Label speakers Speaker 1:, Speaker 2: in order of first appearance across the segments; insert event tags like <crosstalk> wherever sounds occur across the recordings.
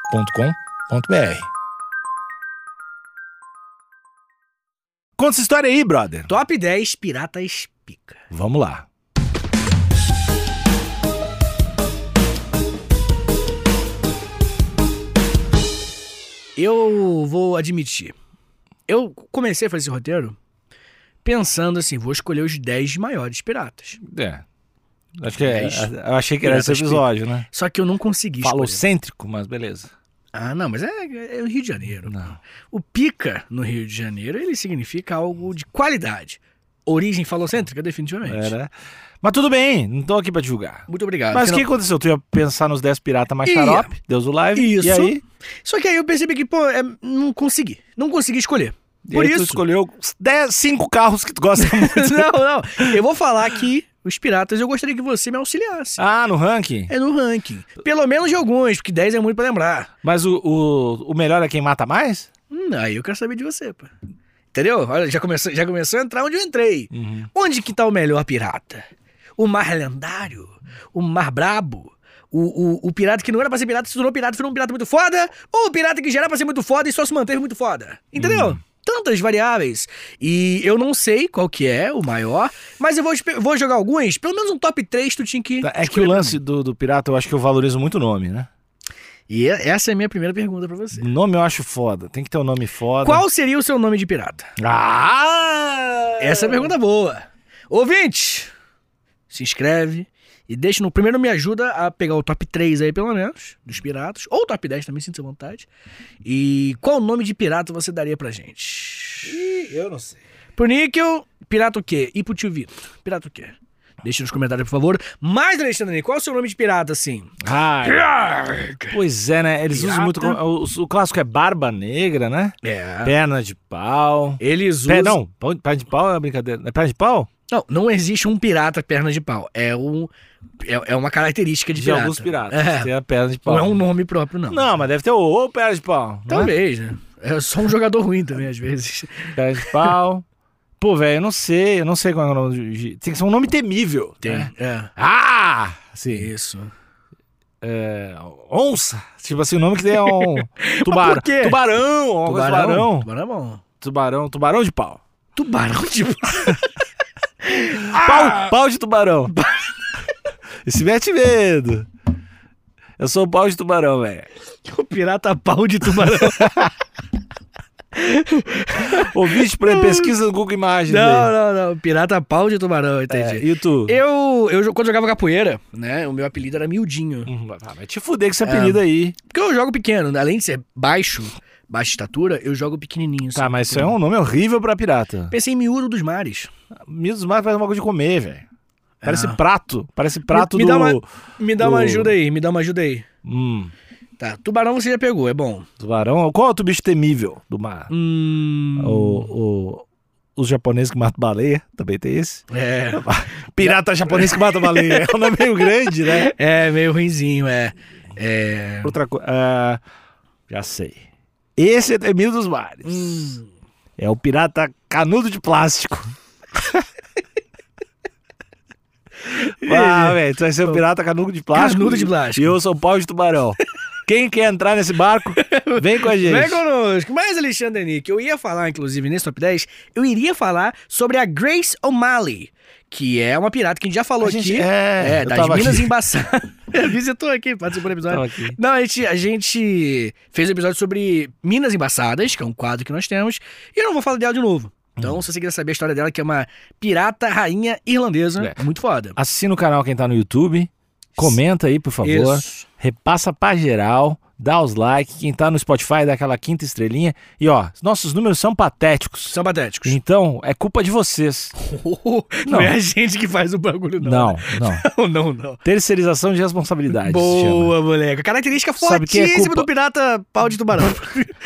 Speaker 1: agenciadepodcast.com.br.
Speaker 2: Conta essa história aí, brother.
Speaker 3: Top 10 piratas pica.
Speaker 2: Vamos lá.
Speaker 3: Eu vou admitir. Eu comecei a fazer esse roteiro pensando assim, vou escolher os 10 maiores piratas.
Speaker 2: É. Acho que é,
Speaker 3: Dez.
Speaker 2: eu achei que era esse
Speaker 3: Piratas
Speaker 2: episódio, né?
Speaker 3: Só que eu não consegui escolher.
Speaker 2: Falocêntrico, mas beleza.
Speaker 3: Ah, não, mas é, é o Rio de Janeiro.
Speaker 2: Não.
Speaker 3: O pica no Rio de Janeiro, ele significa algo de qualidade. Origem falocêntrica, definitivamente.
Speaker 2: Era. Mas tudo bem, não tô aqui pra te julgar.
Speaker 3: Muito obrigado.
Speaker 2: Mas o
Speaker 3: Afinal-
Speaker 2: que aconteceu? Tu ia pensar nos 10 piratas mais
Speaker 3: Ia.
Speaker 2: xarope, Deus o live. E
Speaker 3: Isso.
Speaker 2: aí,
Speaker 3: Só que aí eu percebi que, pô, é, não consegui. Não consegui escolher. <laughs>
Speaker 2: E
Speaker 3: Por
Speaker 2: aí tu
Speaker 3: isso.
Speaker 2: escolheu 10, 5 carros que tu <laughs> gosta muito.
Speaker 3: não, não. Eu vou falar que os piratas eu gostaria que você me auxiliasse.
Speaker 2: ah, no ranking?
Speaker 3: É no ranking. Pelo menos de alguns, porque 10 é muito pra lembrar.
Speaker 2: Mas o, o, o melhor é quem mata mais?
Speaker 3: Hum, aí eu quero saber de você, pô. Entendeu? Olha, já começou, já começou a entrar onde eu entrei.
Speaker 2: Uhum.
Speaker 3: Onde que tá o melhor pirata? O mar lendário? O mar brabo? O, o, o pirata que não era pra ser pirata, se tornou pirata, virou um pirata muito foda? Ou o pirata que já era pra ser muito foda e só se manteve muito foda? Entendeu?
Speaker 2: Hum.
Speaker 3: Tantas variáveis. E eu não sei qual que é o maior, mas eu vou, espe- vou jogar alguns. Pelo menos um top 3 tu tinha que.
Speaker 2: Tá, É que
Speaker 3: escolher
Speaker 2: o
Speaker 3: pra
Speaker 2: lance
Speaker 3: mim.
Speaker 2: do, do pirata eu acho que eu valorizo muito o nome, né?
Speaker 3: E é- essa é a minha primeira pergunta pra você.
Speaker 2: Nome eu acho foda. Tem que ter um nome foda.
Speaker 3: Qual seria o seu nome de pirata?
Speaker 2: Ah!
Speaker 3: Essa é a pergunta boa. Ouvinte, se inscreve e deixa no. Primeiro me ajuda a pegar o top 3 aí, pelo menos, dos piratas. Ou o top 10 também, sinta-se à vontade. E qual nome de pirata você daria pra gente?
Speaker 2: Eu não sei.
Speaker 3: Pro Níquel, pirata o quê? E pro tio Vitor, pirata o quê? Deixa nos comentários, por favor. Mas, Alexandre, qual é o seu nome de pirata, assim?
Speaker 2: Ah, pois é, né? Eles usam muito. O, o clássico é barba negra, né?
Speaker 3: É.
Speaker 2: Perna de pau.
Speaker 3: Eles usam.
Speaker 2: Pé, não, pau- perna de pau é uma brincadeira. É perna de pau?
Speaker 3: Não, não existe um pirata perna de pau. É, um, é, é uma característica de,
Speaker 2: De
Speaker 3: pirata.
Speaker 2: alguns piratas.
Speaker 3: É.
Speaker 2: Tem a perna de pau.
Speaker 3: Não é um nome próprio, não.
Speaker 2: Não, mas deve ter o, o perna de pau. Não é?
Speaker 3: Talvez, né? É só um jogador ruim também, às vezes.
Speaker 2: Perna de pau. Pô, velho, eu não sei. Eu não sei qual é o nome. de- de- Tem que ser um nome temível. né?
Speaker 3: É.
Speaker 2: Ah! Assim,
Speaker 3: Isso.
Speaker 2: é, onça. Tipo assim, o nome que tem é <laughs> um. Tubarão.
Speaker 3: por quê?
Speaker 2: Tubarão. uma coisa Tubarão.
Speaker 3: Tubarão é bom.
Speaker 2: Tubarão. Tubarão de pau.
Speaker 3: Tubarão de
Speaker 2: <laughs>
Speaker 3: Ah!
Speaker 2: Pau, pau de <laughs> tubarão. Esse mete medo. Eu sou o pau de tubarão, velho.
Speaker 3: O pirata pau de
Speaker 2: <laughs>
Speaker 3: tubarão.
Speaker 2: Ouvinte, pre- pesquisa no Google Imagens.
Speaker 3: não,
Speaker 2: aí.
Speaker 3: não, não. Pirata pau de tubarão, entendi.
Speaker 2: É, e tu?
Speaker 3: Eu, eu, quando jogava capoeira, né? O meu apelido era miudinho.
Speaker 2: Hum, Ah, vai te fuder com esse apelido aí.
Speaker 3: Porque eu jogo pequeno, né? além de ser baixo, baixa estatura, eu jogo pequenininho.
Speaker 2: Tá,
Speaker 3: sabe?
Speaker 2: mas isso é um nome horrível pra pirata.
Speaker 3: Pensei em miúdo dos mares.
Speaker 2: Midos mais parece uma coisa de comer, velho. Parece
Speaker 3: Ah.
Speaker 2: prato. Parece prato
Speaker 3: me
Speaker 2: do.
Speaker 3: dá uma- Me dá uma
Speaker 2: O-
Speaker 3: ajuda aí, me dá uma ajuda aí.
Speaker 2: Hum,
Speaker 3: Tá, tubarão você já pegou, é bom.
Speaker 2: tubarão. Qual é o outro bicho temível do mar?
Speaker 3: Hum...
Speaker 2: O, o- os japoneses que matam baleia. Também tem esse.
Speaker 3: É.
Speaker 2: Pirata japonês que mata baleia. É um nome meio grande, né?
Speaker 3: É, meio ruinzinho, é. É.
Speaker 2: Outra coisa. já sei. Esse é temido dos mares.
Speaker 3: Hum.
Speaker 2: É o pirata canudo de
Speaker 3: <laughs>
Speaker 2: plástico. ah, velho, tu vai ser o pirata canudo de plástico.
Speaker 3: Canudo de plástico.
Speaker 2: E eu sou o pau de tubarão. Quem quer entrar nesse
Speaker 3: <laughs>
Speaker 2: barco, vem com a gente.
Speaker 3: Vem conosco. Mas, Alexandre Nick, eu ia falar, inclusive, nesse top 10, eu iria falar sobre a Grace O'Malley, que é uma pirata que a gente já falou
Speaker 2: A gente-
Speaker 3: aqui.
Speaker 2: é,
Speaker 3: É,
Speaker 2: eu
Speaker 3: das
Speaker 2: tava
Speaker 3: Minas né?
Speaker 2: aqui.
Speaker 3: Embaçadas. <laughs> Visitou aqui, participou do episódio.
Speaker 2: Tava aqui.
Speaker 3: Não, a gente, a gente fez um episódio sobre Minas Embaçadas, que é um quadro que nós temos, e eu não vou falar dela de novo. Então,
Speaker 2: Hum.
Speaker 3: se você quiser saber a história dela, que é uma pirata rainha irlandesa,
Speaker 2: É.
Speaker 3: muito foda.
Speaker 2: Assina o canal quem tá no YouTube. Comenta aí, por favor.
Speaker 3: Isso.
Speaker 2: repassa pra geral, dá os likes, quem tá no Spotify dá aquela quinta estrelinha. E ó, nossos números são patéticos.
Speaker 3: São patéticos.
Speaker 2: Então, é culpa de vocês.
Speaker 3: <laughs> não. é a gente que faz o bagulho, não. né?
Speaker 2: Não, não.
Speaker 3: <laughs> Não, não, não.
Speaker 2: Terceirização de responsabilidade. se chama.
Speaker 3: Boa, moleque. Característica
Speaker 2: Sabe quem é
Speaker 3: fortíssima
Speaker 2: culpa?
Speaker 3: do pirata pau
Speaker 2: <laughs>
Speaker 3: de tubarão.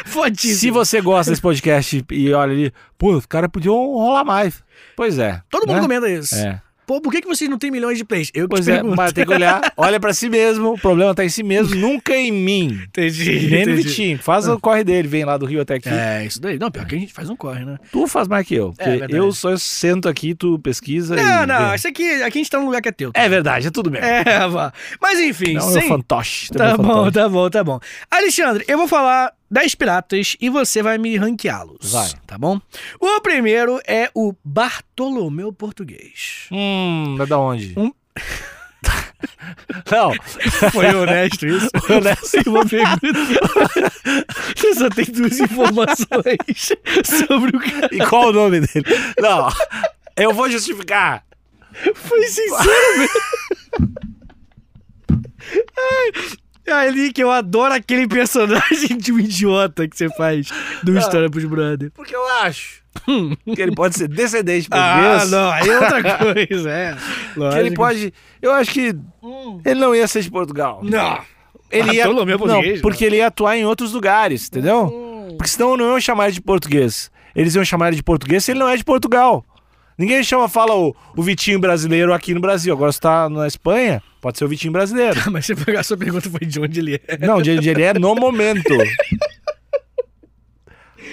Speaker 3: fortíssima.
Speaker 2: Se você gosta desse podcast e olha ali, pô, o cara podia rolar mais. Pois é.
Speaker 3: Todo mundo
Speaker 2: né?
Speaker 3: comenta isso.
Speaker 2: É.
Speaker 3: Pô, por que, que vocês não têm milhões de plays? Eu que
Speaker 2: Pois
Speaker 3: te
Speaker 2: é,
Speaker 3: pergunto.
Speaker 2: mas tem que olhar, olha pra si mesmo, o problema tá em si
Speaker 3: <laughs>
Speaker 2: mesmo, nunca em mim.
Speaker 3: Entendi.
Speaker 2: E nem no
Speaker 3: <laughs> entendi.
Speaker 2: Vitinho, faz o corre dele, vem lá do Rio até aqui.
Speaker 3: É, isso daí. Não, pior que a gente faz um corre, né?
Speaker 2: Tu faz mais que eu, porque
Speaker 3: verdade.
Speaker 2: eu só sento aqui, tu pesquisa
Speaker 3: Não,
Speaker 2: e...
Speaker 3: não, isso aqui, aqui a gente tá num lugar que é um teu.
Speaker 2: É verdade, é tudo mesmo.
Speaker 3: <laughs> É, vá. Mas enfim,
Speaker 2: Não, é
Speaker 3: sem...
Speaker 2: meu fantoche. tu é
Speaker 3: Tá
Speaker 2: meu
Speaker 3: bom,
Speaker 2: fantoche.
Speaker 3: tá bom, tá bom. Alexandre, eu vou falar 10 piratas e você vai me ranqueá-los.
Speaker 2: Vai.
Speaker 3: Tá bom? O primeiro é o Bartolomeu Português.
Speaker 2: Hum, é da onde?
Speaker 3: Um-
Speaker 2: <laughs> não,
Speaker 3: Foi honesto <laughs> isso?
Speaker 2: Foi honesto.
Speaker 3: Sem uma pergunta. <laughs> Você só tem <laughs> duas informações sobre o cara.
Speaker 2: e qual o nome dele? Não, eu vou justificar.
Speaker 3: Foi sincero mesmo. <laughs> Ai, é Ali que eu adoro aquele personagem de um idiota que você faz do História pros Brother.
Speaker 2: Porque eu acho que ele pode ser descendente
Speaker 3: Hum. Ah,
Speaker 2: português.
Speaker 3: não, aí é <laughs> outra coisa, é.
Speaker 2: que
Speaker 3: Lógico.
Speaker 2: ele pode... Eu acho que ele não ia ser de Portugal.
Speaker 3: Não.
Speaker 2: Ele ia...
Speaker 3: Bartolomeu
Speaker 2: não,
Speaker 3: português,
Speaker 2: porque ele ia atuar em outros lugares, entendeu? Porque senão não iam chamar ele de português. Eles iam chamar ele de português se ele não é de Portugal. Ninguém chama, fala o, o Vitinho brasileiro aqui no Brasil. Agora se tá na Espanha, pode ser o Vitinho brasileiro.
Speaker 3: Mas você pegar a sua pergunta foi de onde ele é.
Speaker 2: Não, de onde ele é no momento.
Speaker 3: Entendi,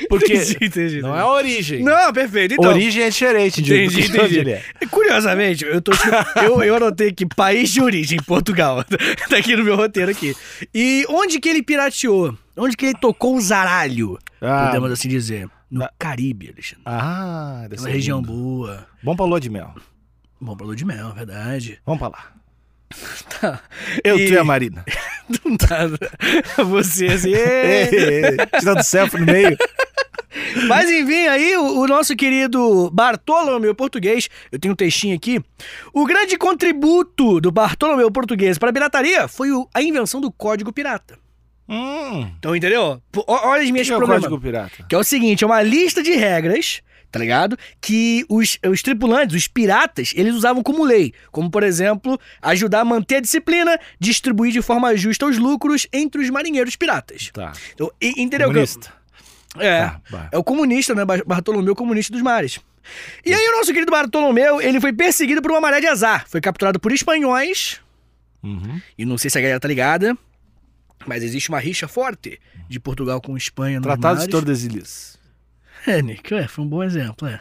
Speaker 2: Porque
Speaker 3: entendi.
Speaker 2: não é a origem.
Speaker 3: Não, perfeito. Então,
Speaker 2: origem é diferente de
Speaker 3: entendi,
Speaker 2: de onde ele
Speaker 3: entendi.
Speaker 2: é.
Speaker 3: Curiosamente, eu, tô,
Speaker 2: <laughs>
Speaker 3: eu, eu anotei aqui país de origem, Portugal. <laughs> Tá aqui no meu roteiro aqui. E onde que ele pirateou? Onde que ele tocou o zaralho?
Speaker 2: Ah.
Speaker 3: Podemos assim dizer. No Caribe, Alexandre. É
Speaker 2: Ah, deve
Speaker 3: Uma
Speaker 2: ser
Speaker 3: região
Speaker 2: lindo.
Speaker 3: boa.
Speaker 2: Bom pra lua de mel.
Speaker 3: Bom pra lua de mel, é verdade.
Speaker 2: Vamos pra lá. Eu,
Speaker 3: E-
Speaker 2: tu e a <laughs> Marina.
Speaker 3: <laughs> Não dá.
Speaker 2: <laughs>
Speaker 3: Você assim. "Ê,
Speaker 2: É. Tirando selfie no meio.
Speaker 3: Mas enfim, aí o, o nosso querido Bartolomeu Português, eu tenho um textinho aqui. O grande contributo do Bartolomeu Português para a pirataria foi o- a invenção do Código Pirata.
Speaker 2: Hum.
Speaker 3: Então, entendeu? Pô, ó- olha as minhas
Speaker 2: que é o
Speaker 3: problemas.
Speaker 2: código pirata?
Speaker 3: Que é o seguinte, é uma lista de regras, tá ligado? Que os, os tripulantes, os piratas, eles usavam como lei. Como, por exemplo, ajudar a manter a disciplina, distribuir de forma justa os lucros entre os marinheiros piratas.
Speaker 2: Tá.
Speaker 3: Então, e- entendeu? o que eu-
Speaker 2: Comunista.
Speaker 3: É.
Speaker 2: Tá, vai.
Speaker 3: É o comunista, né? Bar- Bartolomeu, comunista dos mares. E aí o nosso querido Bartolomeu, ele foi perseguido por uma maré de azar. Foi capturado por espanhóis,
Speaker 2: Uhum.
Speaker 3: e não sei se a galera tá ligada, mas existe uma rixa forte de Portugal com Espanha nos
Speaker 2: Tratado
Speaker 3: mares.
Speaker 2: de Tordesilhas.
Speaker 3: É, Nick, é, foi um bom exemplo, é.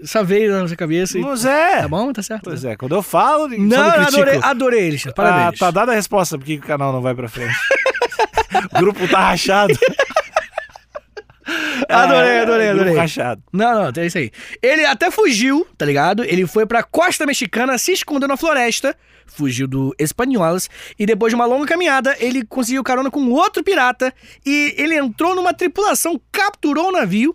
Speaker 3: Essa veio na nossa cabeça e...
Speaker 2: Mas é.
Speaker 3: Tá bom? Tá certo?
Speaker 2: Pois é, quando eu falo, só
Speaker 3: Não,
Speaker 2: me
Speaker 3: eu
Speaker 2: criticam.
Speaker 3: adorei, adorei, Alexandre.
Speaker 2: Ah,
Speaker 3: Parabéns.
Speaker 2: tá dada a resposta por que que o canal não vai pra frente. <laughs> o grupo tá <laughs> rachado.
Speaker 3: Adorei, adorei,
Speaker 2: Ah,
Speaker 3: adorei.
Speaker 2: Grupo rachado.
Speaker 3: Não, não, é isso aí. Ele até fugiu, tá ligado? Ele foi pra costa mexicana, se escondeu na floresta, fugiu do Espanholas, e depois de uma longa caminhada, ele conseguiu carona com outro pirata, e ele entrou numa tripulação, capturou o navio,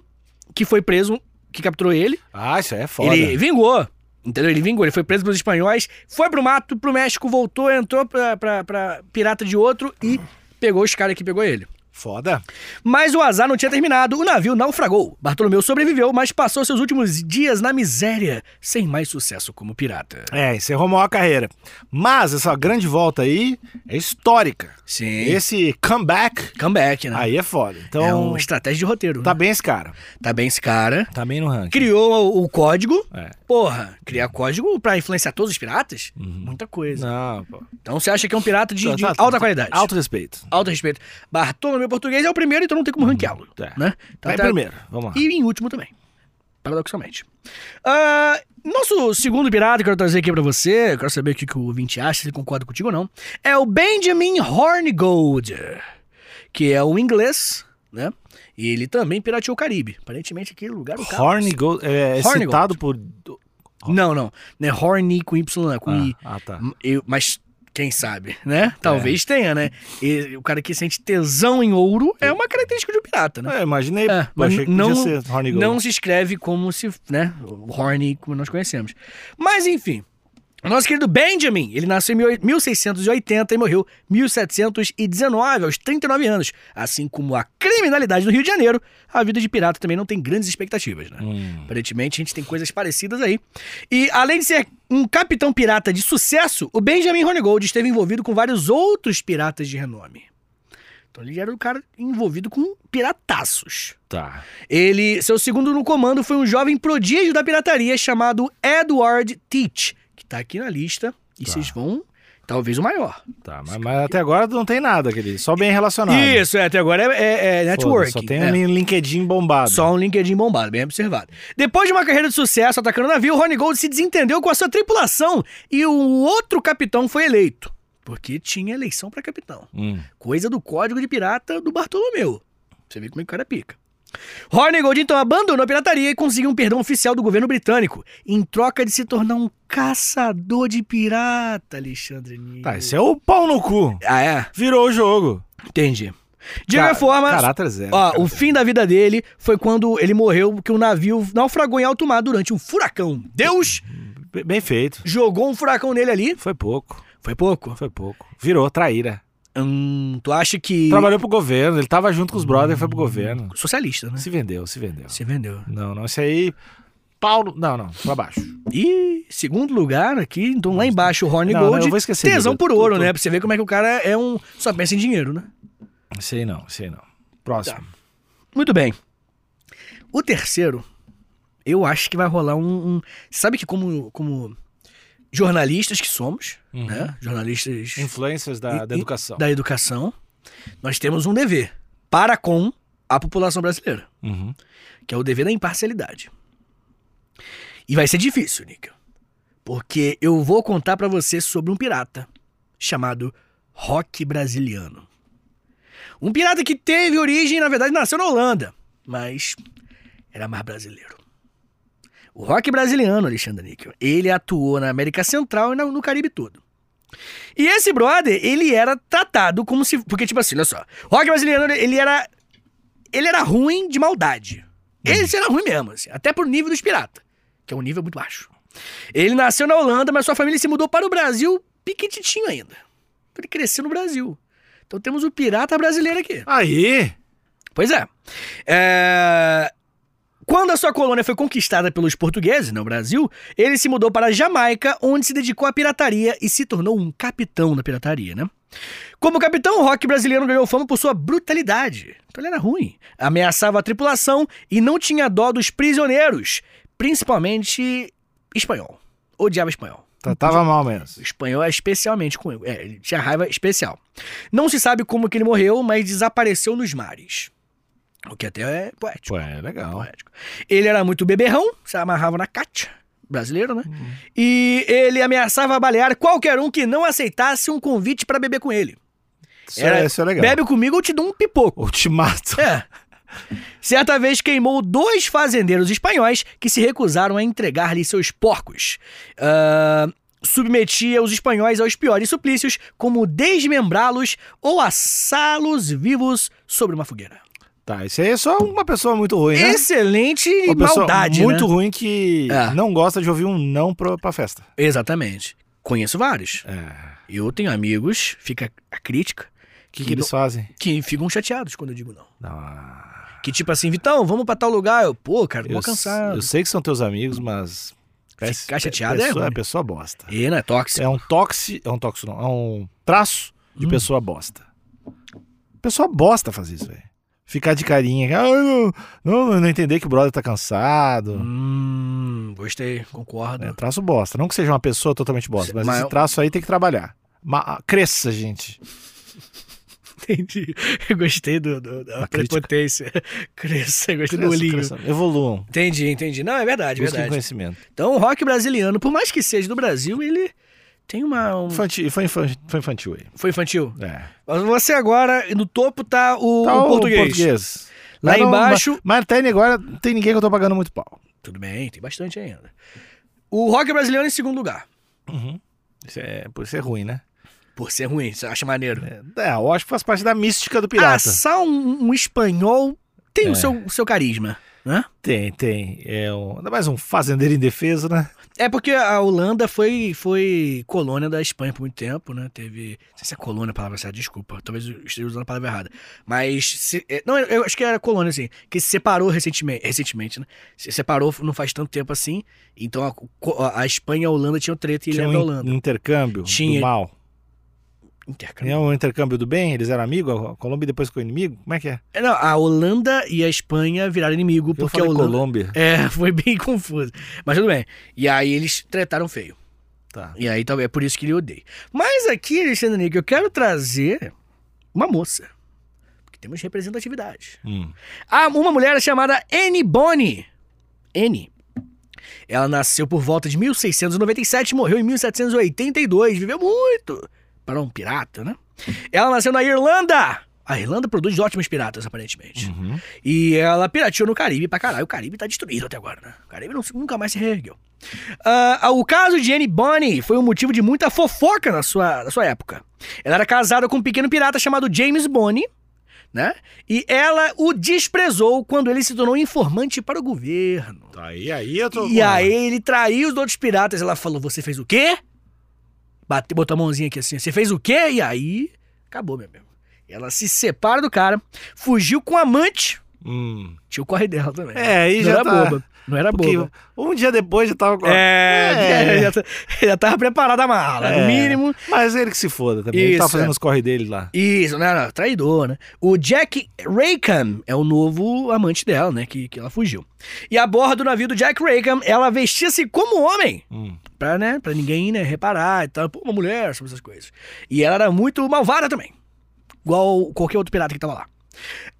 Speaker 3: que foi preso, que capturou ele.
Speaker 2: Ah, isso aí é foda.
Speaker 3: Ele vingou, entendeu? Ele vingou, ele foi preso pelos espanhóis, foi pro mato, pro México, voltou, entrou pra, pra, pra pirata de outro e pegou os caras que pegou ele.
Speaker 2: Foda.
Speaker 3: Mas o azar não tinha terminado, o navio naufragou. Bartolomeu sobreviveu, mas passou seus últimos dias na miséria, sem mais sucesso como pirata.
Speaker 2: É, encerrou mal a carreira. Mas essa grande volta aí é histórica.
Speaker 3: Sim.
Speaker 2: Esse comeback
Speaker 3: Comeback, né?
Speaker 2: aí é foda. Então,
Speaker 3: é uma estratégia de roteiro. né?
Speaker 2: tá bem esse cara.
Speaker 3: Tá bem esse cara.
Speaker 2: Tá bem no ranking.
Speaker 3: Criou o, o código.
Speaker 2: É.
Speaker 3: Porra, criar código pra influenciar todos os piratas? Muita coisa.
Speaker 2: Uhum. Não, pô.
Speaker 3: Então você acha que é um pirata de,
Speaker 2: Tá,
Speaker 3: de
Speaker 2: tá,
Speaker 3: alta
Speaker 2: tá.
Speaker 3: qualidade.
Speaker 2: Alto respeito.
Speaker 3: Alto respeito. Bartolomeu Português é o primeiro, então não tem como ranqueá-lo.
Speaker 2: tá.
Speaker 3: Né? Então
Speaker 2: Tá em
Speaker 3: tá-
Speaker 2: primeiro. Vamos lá.
Speaker 3: E em último também. Paradoxalmente. Ah, nosso segundo pirata que eu quero trazer aqui pra você, eu quero saber o que, que o ouvinte acha, se ele concorda contigo ou não, é o Benjamin Hornigold, que é um inglês, né? E ele também pirateou o Caribe. Aparentemente aquele lugar... um o cara-
Speaker 2: Horny Gold é, é
Speaker 3: Horny
Speaker 2: citado por.
Speaker 3: Não, não. Não é Horny com Y, não, é com I.
Speaker 2: Ah, ah, tá. É.
Speaker 3: Eu- mas quem sabe, né? Talvez tenha, né? E o cara que sente tesão em ouro é uma característica de um pirata, né?
Speaker 2: É, imaginei.
Speaker 3: É,
Speaker 2: pô,
Speaker 3: mas
Speaker 2: achei que
Speaker 3: não-
Speaker 2: podia ser Horny Gold.
Speaker 3: não se escreve como se, né, horny como nós conhecemos. Mas enfim, o nosso querido Benjamin, ele nasceu em mil- 1680 e morreu 1719 aos 39 anos. Assim como a criminalidade no Rio de Janeiro, a vida de pirata também não tem grandes expectativas, né?
Speaker 2: Hum.
Speaker 3: Aparentemente a gente tem coisas parecidas aí. E além de ser um capitão pirata de sucesso, o Benjamin Hornigold esteve envolvido com vários outros piratas de renome. Então ele era um cara envolvido com pirataços.
Speaker 2: Tá.
Speaker 3: Ele, seu segundo no comando foi um jovem prodígio da pirataria chamado Edward Teach, que tá aqui na lista. E
Speaker 2: Tá.
Speaker 3: vocês vão. Talvez o maior.
Speaker 2: Tá, mas, mas até agora não tem nada, querido. Só bem relacionado.
Speaker 3: Isso, é, até agora é, é, é
Speaker 2: Foda-se,
Speaker 3: networking.
Speaker 2: Só tem
Speaker 3: é.
Speaker 2: um LinkedIn bombado.
Speaker 3: Só um LinkedIn bombado, bem observado. Depois de uma carreira de sucesso atacando o navio, Rony Gold se desentendeu com a sua tripulação e o outro capitão foi eleito. Porque tinha eleição pra capitão.
Speaker 2: Hum.
Speaker 3: Coisa do código de pirata do Bartolomeu. Você vê como é que o cara pica. Horne Gold então abandonou a pirataria e conseguiu um perdão oficial do governo britânico, em troca de se tornar um caçador de pirata, Alexandre Nilo.
Speaker 2: Tá, esse é o pau no cu.
Speaker 3: Ah, é?
Speaker 2: Virou o jogo.
Speaker 3: Entendi. De
Speaker 2: Ca-
Speaker 3: qualquer forma,
Speaker 2: Caráter zero.
Speaker 3: ó, o fim da vida dele foi quando ele morreu, porque o navio naufragou em alto mar durante um furacão. Deus
Speaker 2: Be- Bem feito.
Speaker 3: jogou um furacão nele ali.
Speaker 2: Foi pouco.
Speaker 3: Foi pouco.
Speaker 2: Foi pouco. Virou traíra.
Speaker 3: Hum, tu acha que.
Speaker 2: Trabalhou pro governo, ele tava junto com os brothers, foi pro governo.
Speaker 3: Socialista, né?
Speaker 2: Se vendeu, se vendeu.
Speaker 3: Se vendeu.
Speaker 2: Não, não, esse aí. Pau. no- Não, não, pra baixo.
Speaker 3: E segundo lugar aqui, então lá embaixo, o Horny
Speaker 2: Não,
Speaker 3: Gold.
Speaker 2: não, eu vou esquecer
Speaker 3: tesão
Speaker 2: disso.
Speaker 3: por
Speaker 2: Eu tô-
Speaker 3: ouro,
Speaker 2: tô-
Speaker 3: né? Pra você ver como é que o cara é um. Só pensa em dinheiro, né?
Speaker 2: Esse aí não, esse aí não. Próximo.
Speaker 3: Muito bem. O terceiro, eu acho que vai rolar um. um- Sabe que como, como jornalistas que somos,
Speaker 2: Uhum.
Speaker 3: né? Jornalistas
Speaker 2: Influências
Speaker 3: E-
Speaker 2: da, da
Speaker 3: e-
Speaker 2: educação.
Speaker 3: da educação, nós temos um dever para com a população brasileira,
Speaker 2: Uhum.
Speaker 3: que é o dever da imparcialidade. E vai ser difícil, Níquel. Porque eu vou contar pra você sobre um pirata chamado Rock Brasiliano. Um pirata que teve origem, na verdade, nasceu na Holanda, mas era mais brasileiro. O rock brasiliano, Alexandre Níquel, ele atuou na América Central e na- no Caribe todo. E esse brother, ele era tratado como se. Porque, tipo assim, olha só. Rock brasiliano, ele era. Ele era ruim de maldade. Ele era ruim mesmo, assim, até pro nível dos piratas, que é um nível muito baixo. Ele nasceu na Holanda, mas sua família se mudou para o Brasil piquititinho ainda. Então, Ele cresceu no Brasil. Então temos o pirata brasileiro aqui.
Speaker 2: Aí!
Speaker 3: Pois é. É, Quando a sua colônia foi conquistada pelos portugueses no Brasil, ele se mudou para a Jamaica, onde se dedicou à pirataria e se tornou um capitão da pirataria, né? Como capitão, o rock brasileiro ganhou fama por sua brutalidade. Então ele era ruim. Ameaçava a tripulação e não tinha dó dos prisioneiros, principalmente espanhol. Odiava espanhol.
Speaker 2: Tá, tava mal mesmo.
Speaker 3: O espanhol é especialmente com É, ele tinha raiva especial. Não se sabe como que ele morreu, mas desapareceu nos mares. O que até é poético.
Speaker 2: Pô, é legal.
Speaker 3: poético. Ele era muito beberrão, se amarrava na cátia, brasileiro, né? E ele ameaçava balear qualquer um que não aceitasse um convite pra beber com ele.
Speaker 2: Isso,
Speaker 3: Era-
Speaker 2: é, isso é legal.
Speaker 3: Bebe comigo, eu te dou um pipoco.
Speaker 2: Ultimato.
Speaker 3: É. Certa vez queimou dois fazendeiros espanhóis que se recusaram a entregar-lhe seus porcos. Ah, submetia os espanhóis aos piores suplícios, como desmembrá-los ou assá-los vivos sobre uma fogueira.
Speaker 2: Tá, isso aí é só uma pessoa muito ruim, né?
Speaker 3: Excelente
Speaker 2: uma pessoa
Speaker 3: maldade,
Speaker 2: muito
Speaker 3: né?
Speaker 2: ruim que
Speaker 3: É.
Speaker 2: não gosta de ouvir um não pra, pra festa.
Speaker 3: Exatamente. Conheço vários.
Speaker 2: É.
Speaker 3: Eu tenho amigos, fica a crítica,
Speaker 2: O que, que eles fazem?
Speaker 3: que ficam chateados quando eu digo não.
Speaker 2: Não, ah,
Speaker 3: Que tipo assim, Vitão, vamos pra tal lugar. Eu, pô, cara, tô
Speaker 2: eu,
Speaker 3: cansado.
Speaker 2: eu sei que são teus amigos, mas.
Speaker 3: Ficar chateado é
Speaker 2: pessoa,
Speaker 3: ruim.
Speaker 2: é pessoa bosta.
Speaker 3: E não é tóxico.
Speaker 2: É um tóxico. É um tóxico, não. É um traço de
Speaker 3: Hum.
Speaker 2: pessoa bosta. Pessoa bosta faz isso, velho. Ficar de carinha. "Ah, eu não, não, não entender que o brother tá cansado.
Speaker 3: Hum, gostei, concordo.
Speaker 2: É traço bosta. Não que seja uma pessoa totalmente bosta, mas,
Speaker 3: Mas- é um
Speaker 2: esse traço aí tem que trabalhar. Ma- ah, cresça, gente.
Speaker 3: <laughs> Entendi. Eu gostei do, do- da
Speaker 2: Da crítica.
Speaker 3: prepotência. <laughs> <laughs> Cresça, eu gostei do
Speaker 2: Cresça,
Speaker 3: olhinho.
Speaker 2: cresça. Evoluam.
Speaker 3: Entendi, entendi. Não, é verdade, é
Speaker 2: Busquem
Speaker 3: verdade.
Speaker 2: conhecimento.
Speaker 3: Então, o rock brasileiro, por mais que seja do Brasil, ele tem uma. um-
Speaker 2: Infantil, foi, infantil, foi infantil aí.
Speaker 3: Foi infantil.
Speaker 2: É.
Speaker 3: Mas você agora, no topo tá o,
Speaker 2: Tá
Speaker 3: o
Speaker 2: o
Speaker 3: português. Lá
Speaker 2: Mas não-
Speaker 3: embaixo-
Speaker 2: Mas, mas até agora não tem ninguém que eu tô pagando muito pau.
Speaker 3: Tudo bem, tem bastante ainda. O rock brasileiro em segundo lugar.
Speaker 2: Isso é, por ser ruim, né?
Speaker 3: Por ser ruim, você acha maneiro.
Speaker 2: É, eu acho que faz parte da mística do pirata.
Speaker 3: Assar um, um espanhol tem o,
Speaker 2: É.
Speaker 3: seu, o seu carisma, né?
Speaker 2: Tem, tem. É um, ainda mais um fazendeiro indefeso, né?
Speaker 3: É porque a Holanda foi, foi colônia da Espanha por muito tempo, né? Teve. Não sei se é colônia a palavra certa, desculpa. Talvez eu esteja usando a palavra errada. Mas. se- é, não, eu- eu acho que era colônia, assim. Que se separou recentemente, recentemente, né? Se separou não faz tanto tempo assim. Então a, co- a Espanha e a Holanda tinham treta e ele
Speaker 2: Tinha
Speaker 3: era
Speaker 2: um
Speaker 3: da
Speaker 2: in-
Speaker 3: Holanda.
Speaker 2: intercâmbio
Speaker 3: Tinha.
Speaker 2: do mal.
Speaker 3: Intercâmbio.
Speaker 2: Tinha um intercâmbio do bem, eles eram amigos, a Colômbia depois ficou inimigo. Como é que é?
Speaker 3: É, Não, a Holanda e a Espanha viraram inimigo
Speaker 2: Eu
Speaker 3: porque a
Speaker 2: falei
Speaker 3: Holanda. <laughs>
Speaker 2: Colômbia.
Speaker 3: É, foi bem confuso. Mas tudo bem. E aí eles tretaram feio.
Speaker 2: Tá.
Speaker 3: E aí talvez é por isso que ele odeia. Mas aqui, Alexandre Nick, eu quero trazer uma moça. Porque temos representatividade.
Speaker 2: Hum.
Speaker 3: Ah, uma mulher chamada Anne Bonny. Anne. Ela nasceu por volta de 1697, morreu em 1782, viveu muito para um pirata, né? Ela nasceu na Irlanda. A Irlanda produz ótimos piratas, aparentemente.
Speaker 2: Uhum.
Speaker 3: E ela pirateou no Caribe pra caralho. O Caribe tá destruído até agora, né? O Caribe não- nunca mais se reergueu. Ah, o caso de Anne Bonny foi um motivo de muita fofoca na sua, na sua época. Ela era casada com um pequeno pirata chamado James Bonny, né? E ela o desprezou quando ele se tornou informante para o governo.
Speaker 2: Tá, e aí eu tô.
Speaker 3: E aí ele traiu os outros piratas. Ela falou: Você fez o quê? Bate, botou a mãozinha aqui assim. Você fez o quê? E aí. Acabou, meu amigo. Ela se separa do cara, fugiu com o amante.
Speaker 2: Hum.
Speaker 3: Tinha o corre dela também.
Speaker 2: É, aí
Speaker 3: não
Speaker 2: já
Speaker 3: era
Speaker 2: tá.
Speaker 3: boba. Não era
Speaker 2: Porque
Speaker 3: boba.
Speaker 2: um dia depois já tava com.
Speaker 3: <laughs> É,
Speaker 2: É.
Speaker 3: Já, tá- já tava preparada a mala,
Speaker 2: É.
Speaker 3: no mínimo.
Speaker 2: Mas ele que se foda também. ele tá
Speaker 3: Isso,
Speaker 2: fazendo
Speaker 3: é.
Speaker 2: os corre dele lá.
Speaker 3: Isso, né? não, Traidor, né? O Jack Raycom é o novo amante dela, né? Que, que ela fugiu. E a bordo do navio do Jack Raycom, ela vestia-se como homem.
Speaker 2: Hum.
Speaker 3: pra, né, pra ninguém né, reparar e tal. Pô, uma mulher, sobre essas coisas. E ela era muito malvada também. Igual qualquer outro pirata que tava lá.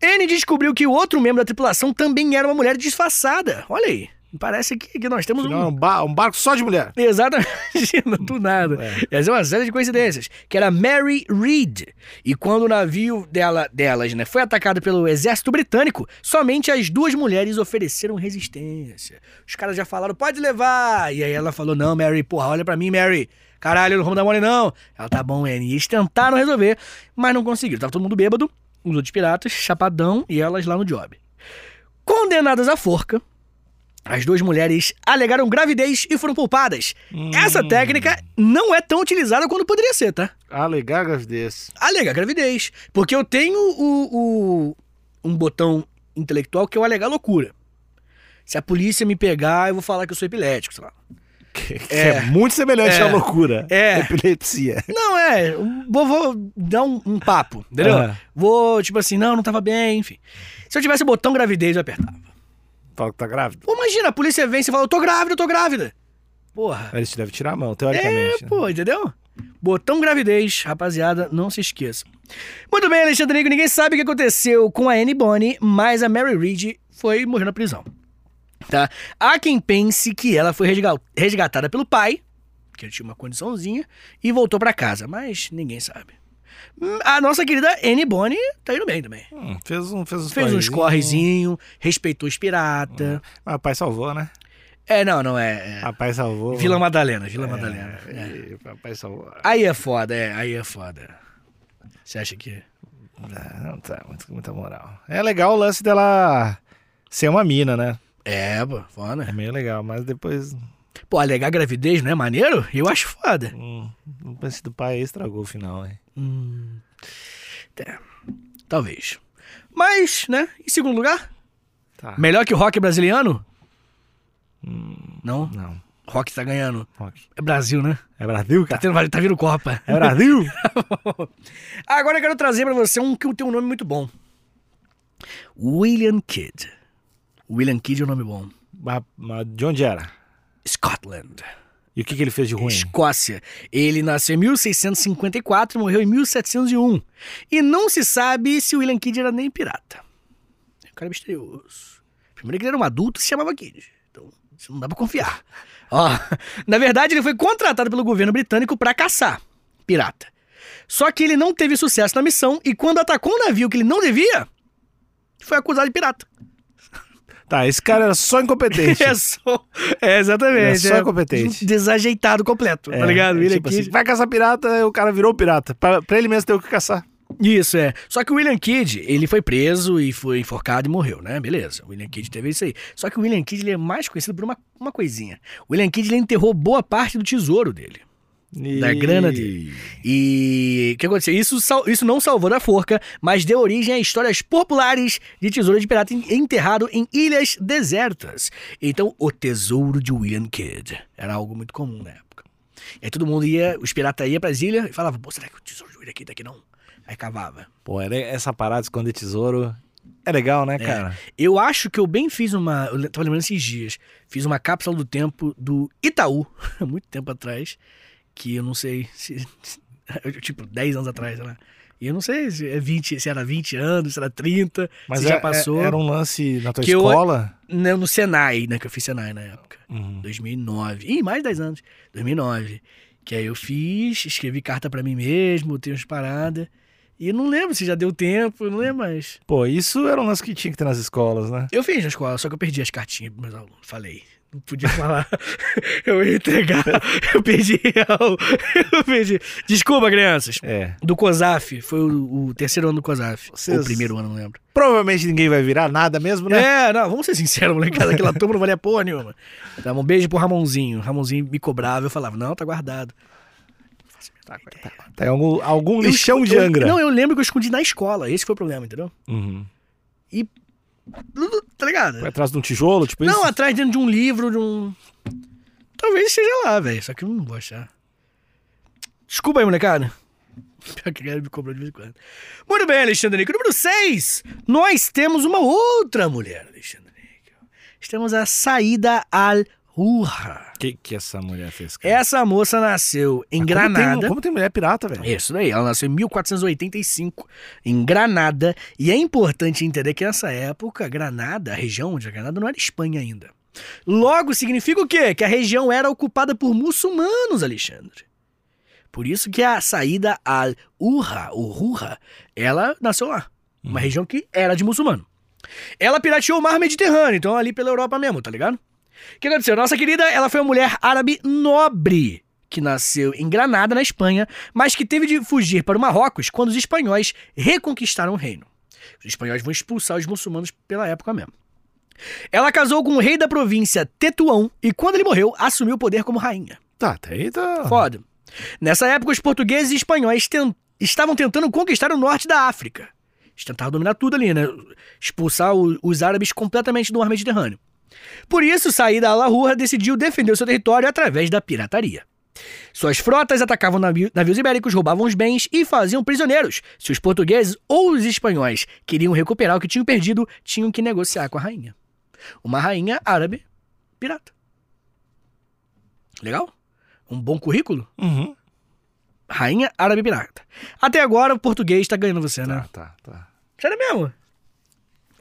Speaker 3: Anne descobriu que o outro membro da tripulação também era uma mulher disfarçada. Olha aí. Parece que, que nós temos
Speaker 2: Afinal, é
Speaker 3: um.
Speaker 2: um, ba- um barco só de mulher.
Speaker 3: <laughs> Exatamente, do nada. Essa é uma série de coincidências. Que era Mary Reed. E quando o navio dela, delas né, foi atacado pelo exército britânico, somente as duas mulheres ofereceram resistência. Os caras já falaram, pode levar. E aí ela falou, não, Mary, porra, olha pra mim, Mary. Caralho, eu não vou dar mole, não. Ela, tá bom, Annie. E eles tentaram resolver, mas não conseguiram. Tava todo mundo bêbado, os outros piratas, chapadão, e elas lá no job. Condenadas à forca, as duas mulheres alegaram gravidez e foram poupadas. Essa técnica não é tão utilizada quando poderia ser, tá?
Speaker 2: Alegar a gravidez.
Speaker 3: Alega gravidez. Porque eu tenho o, o- um botão intelectual que é o alegar loucura. Se a polícia me pegar, eu vou falar que eu sou epilético, sei lá.
Speaker 2: Que que é, muito semelhante
Speaker 3: É.
Speaker 2: à loucura.
Speaker 3: É.
Speaker 2: <laughs> Epilepsia.
Speaker 3: Não, é. Vou, vou dar um, um papo, entendeu?
Speaker 2: É.
Speaker 3: Vou, tipo assim, não, não tava bem, enfim. Se eu tivesse o botão gravidez, eu apertava.
Speaker 2: Fala que tá grávida.
Speaker 3: Pô, imagina, a polícia vem e você fala, eu tô grávida, eu tô grávida. Porra.
Speaker 2: Aí Eles devem tirar a mão,
Speaker 3: É,
Speaker 2: teoricamente. né?
Speaker 3: pô, entendeu? Botão gravidez, rapaziada, não se esqueçam. Muito bem, Alexandre Nigo, ninguém sabe o que aconteceu com a Anne Bonny, mas a Mary Reed foi morrer na prisão. Tá? Há quem pense que ela foi resga- resgatada pelo pai, que ele tinha uma condiçãozinha, e voltou pra casa, mas ninguém sabe. Hum, A nossa querida Anne Bonny tá indo bem também.
Speaker 2: Hum, fez um, fez uns
Speaker 3: Fez uns correzinho, respeitou os pirata.
Speaker 2: Mas o pai salvou, né?
Speaker 3: É, não, não, é. é
Speaker 2: O pai salvou.
Speaker 3: Vila Madalena, Vila
Speaker 2: É,
Speaker 3: Madalena. É.
Speaker 2: e O pai salvou.
Speaker 3: Aí é foda, é, aí é foda. Você acha que.
Speaker 2: Ah, Não tá muito, muita moral. É legal o lance dela ser uma mina, né?
Speaker 3: É, pô,
Speaker 2: É
Speaker 3: foda.
Speaker 2: meio legal, mas depois
Speaker 3: Pô, alegar gravidez não é maneiro? Eu acho foda.
Speaker 2: hum, o lance do pai estragou o final, hein?
Speaker 3: Hum. É, talvez. Mas, né? Em segundo lugar,
Speaker 2: Tá.
Speaker 3: melhor que o rock brasileiro? Não?
Speaker 2: Não,
Speaker 3: Rock tá ganhando.
Speaker 2: ok.
Speaker 3: É Brasil, né?
Speaker 2: É Brasil,
Speaker 3: Tá,
Speaker 2: cara?
Speaker 3: tendo, tá vindo Copa.
Speaker 2: É Brasil?
Speaker 3: <laughs> Agora eu quero trazer pra você um que tem um nome muito bom. William Kidd. William Kidd é um nome bom.
Speaker 2: mas, mas de onde era?
Speaker 3: Scotland.
Speaker 2: E o que, que ele fez de ruim?
Speaker 3: Escócia. Ele nasceu em 1654 e morreu em 1701. E não se sabe se o William Kidd era nem pirata. É um cara misterioso. Primeiro que ele era um adulto e se chamava Kidd. Então, isso não dá
Speaker 2: <laughs>
Speaker 3: pra confiar. Ó, na verdade, ele foi contratado pelo governo britânico pra caçar pirata. Só que ele não teve sucesso na missão e quando atacou um navio que ele não devia, foi acusado de pirata.
Speaker 2: Tá, esse cara era só incompetente.
Speaker 3: <laughs> É só... é, exatamente.
Speaker 2: Ele é só incompetente.
Speaker 3: Desajeitado completo,
Speaker 2: É,
Speaker 3: tá ligado?
Speaker 2: é
Speaker 3: William
Speaker 2: tipo
Speaker 3: Kidd.
Speaker 2: assim, vai caçar pirata, o cara virou pirata. Pra, pra ele mesmo ter o que caçar.
Speaker 3: Isso, é. Só que o William Kidd, ele foi preso e foi enforcado e morreu, né? Beleza. O William Kidd teve isso aí. Só que o William Kidd, ele é mais conhecido por uma, uma coisinha. O William Kidd, ele enterrou boa parte do tesouro dele. Da grana
Speaker 2: dele.
Speaker 3: E o que aconteceu? Isso, sal- isso não salvou da forca, mas deu origem a histórias populares de tesouro de pirata en- enterrado em ilhas desertas. Então, o tesouro de William Kidd era algo muito comum na época. E aí todo mundo ia, os piratas iam pras ilhas e falavam, pô, será que o tesouro de William Kidd tá aqui não? Aí cavava.
Speaker 2: Pô, era essa parada de esconder tesouro É legal, né, cara?
Speaker 3: Eu acho que eu bem fiz uma. Eu le- tava lembrando esses dias. Fiz uma cápsula do tempo do Itaú, <laughs> há muito tempo atrás. Que eu não sei se. <laughs> eu, Tipo, 10 anos atrás, sei lá. E eu não sei se, é 20, se era 20 anos, se era 30.
Speaker 2: Mas
Speaker 3: se
Speaker 2: é-
Speaker 3: já passou.
Speaker 2: é- era um lance na tua
Speaker 3: Que eu-
Speaker 2: escola?
Speaker 3: Não, no Senai, né? Que eu fiz Senai na época.
Speaker 2: Uhum.
Speaker 3: 2009. Ih, mais de 10 anos. 2009. Que aí eu fiz, escrevi carta pra mim mesmo, tenho umas paradas. E eu não lembro se já deu tempo, eu não lembro mais.
Speaker 2: Pô, isso era um lance que tinha que ter nas escolas, né?
Speaker 3: Eu fiz na escola, só que eu perdi as cartinhas pros meus alunos. Falei. Não podia falar. <laughs> eu ia entregar. <laughs> Eu perdi. <laughs> Eu perdi. Desculpa, crianças.
Speaker 2: É.
Speaker 3: Do COSAF. Foi o, o terceiro ano do COSAF. Ou
Speaker 2: Vocês-
Speaker 3: o primeiro ano, não lembro.
Speaker 2: Provavelmente ninguém vai virar nada mesmo, né?
Speaker 3: É, não, vamos ser sinceros, molecada. Aquela turma não valia porra nenhuma. Dava um beijo pro Ramonzinho. Ramonzinho me cobrava. Eu falava, não, tá guardado.
Speaker 2: Tá em algum, algum
Speaker 3: É. Eu
Speaker 2: lixão
Speaker 3: escondi-
Speaker 2: de
Speaker 3: eu-
Speaker 2: Angra.
Speaker 3: não, eu lembro que eu escondi na escola. Esse foi o problema, entendeu?
Speaker 2: Uhum.
Speaker 3: Tá ligado?
Speaker 2: Foi atrás de um tijolo, tipo isso?
Speaker 3: Não, atrás dentro de um livro, de um. Talvez seja lá, velho. Só que eu não vou achar. Desculpa aí, molecada. <laughs> Pior que a galera me cobrou de vez em quando. Muito bem, Alexandre Níquel. Número 6. Nós temos uma outra mulher, Alexandre Níquel. Temos a Saída Al-Hurra.
Speaker 2: O que, que essa mulher fez, cara?
Speaker 3: Essa moça nasceu em
Speaker 2: Como tem- um- Como
Speaker 3: Granada.
Speaker 2: tem, mulher pirata, velho?
Speaker 3: Isso daí, ela nasceu em 1485, em Granada, e é importante entender que nessa época, Granada, a região onde a Granada não era Espanha ainda. Logo, significa o quê? Que a região era ocupada por muçulmanos, Alexandre. Por isso que a saída al-Urra, ou Rurra, ela nasceu lá. Uma região que era de muçulmano. Ela pirateou o mar Mediterrâneo, então ali pela Europa mesmo, tá ligado? O que aconteceu? Nossa querida, ela foi uma mulher árabe nobre, que nasceu em Granada, na Espanha, mas que teve de fugir para o Marrocos quando os espanhóis reconquistaram o reino. Os espanhóis vão expulsar os muçulmanos pela época mesmo. Ela casou com o rei da província Tetuão e, quando ele morreu, assumiu o poder como rainha.
Speaker 2: Tá, até aí tá.
Speaker 3: Foda. Nessa época, os portugueses e espanhóis ten- estavam tentando conquistar o norte da África. Eles tentavam dominar tudo ali, né? Expulsar o- os árabes completamente do mar Mediterrâneo. Por isso, Saída Alahurra decidiu defender o seu território através da pirataria. Suas frotas atacavam navi- navios ibéricos, roubavam os bens e faziam prisioneiros. Se os portugueses ou os espanhóis queriam recuperar o que tinham perdido, tinham que negociar com a rainha. Uma rainha árabe pirata. Legal? Um bom currículo?
Speaker 2: Uhum.
Speaker 3: Rainha árabe pirata. Até agora o português tá ganhando você, né?
Speaker 2: Tá, tá, tá.
Speaker 3: Sério mesmo?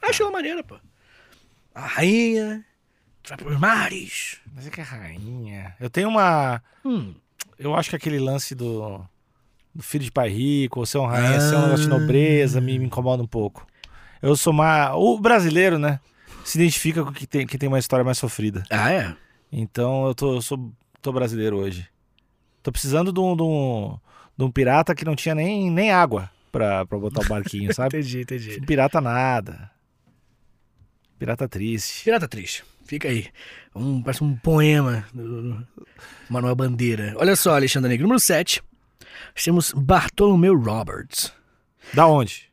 Speaker 3: Acho uma maneira, pô. A rainha vai pros mares.
Speaker 2: Mas é que é rainha. Eu tenho uma.
Speaker 3: Hum.
Speaker 2: Eu acho que aquele lance do. do filho de pai rico, ou ser um rainha, ser um negócio de nobreza, me, me incomoda um pouco. Eu sou uma. O brasileiro, né? Se identifica com o que tem, que tem uma história mais sofrida.
Speaker 3: Ah, é?
Speaker 2: Então eu tô, eu sou, tô brasileiro hoje. Tô precisando de um, de um, de um pirata que não tinha nem, nem água pra, pra botar o barquinho, sabe?
Speaker 3: Entendi, entendi.
Speaker 2: Um pirata nada. Pirata triste.
Speaker 3: Pirata triste. Fica aí. Um, parece um poema do do Manuel Bandeira. Olha só, Alexandre Negro. Número 7. Temos Bartolomeu Roberts.
Speaker 2: Da onde?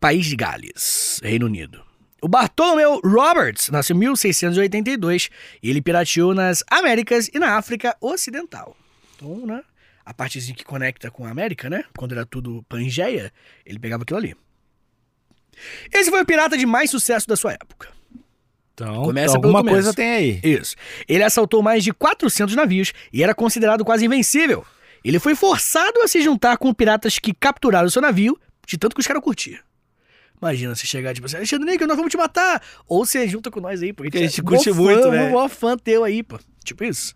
Speaker 3: País de Gales, Reino Unido. O Bartolomeu Roberts nasceu em 1682 e ele pirateou nas Américas e na África Ocidental. Então, né? A partezinha que conecta com a América, né? Quando era tudo Pangeia, ele pegava aquilo ali. Esse foi o pirata de mais sucesso da sua época.
Speaker 2: Então,
Speaker 3: Começa pelo
Speaker 2: alguma
Speaker 3: começo.
Speaker 2: coisa tem aí.
Speaker 3: Isso. Ele assaltou mais de 400 navios e era considerado quase invencível. Ele foi forçado a se juntar com piratas que capturaram seu navio, de tanto que os caras curtiam. Imagina se chegar tipo assim, Alexandre Níquel, nós vamos te matar. Ou você junta com nós aí, porque
Speaker 2: Porque a
Speaker 3: é
Speaker 2: gente
Speaker 3: mó
Speaker 2: curte muito,
Speaker 3: fã,
Speaker 2: né?
Speaker 3: mó fã teu aí, pô. Tipo isso.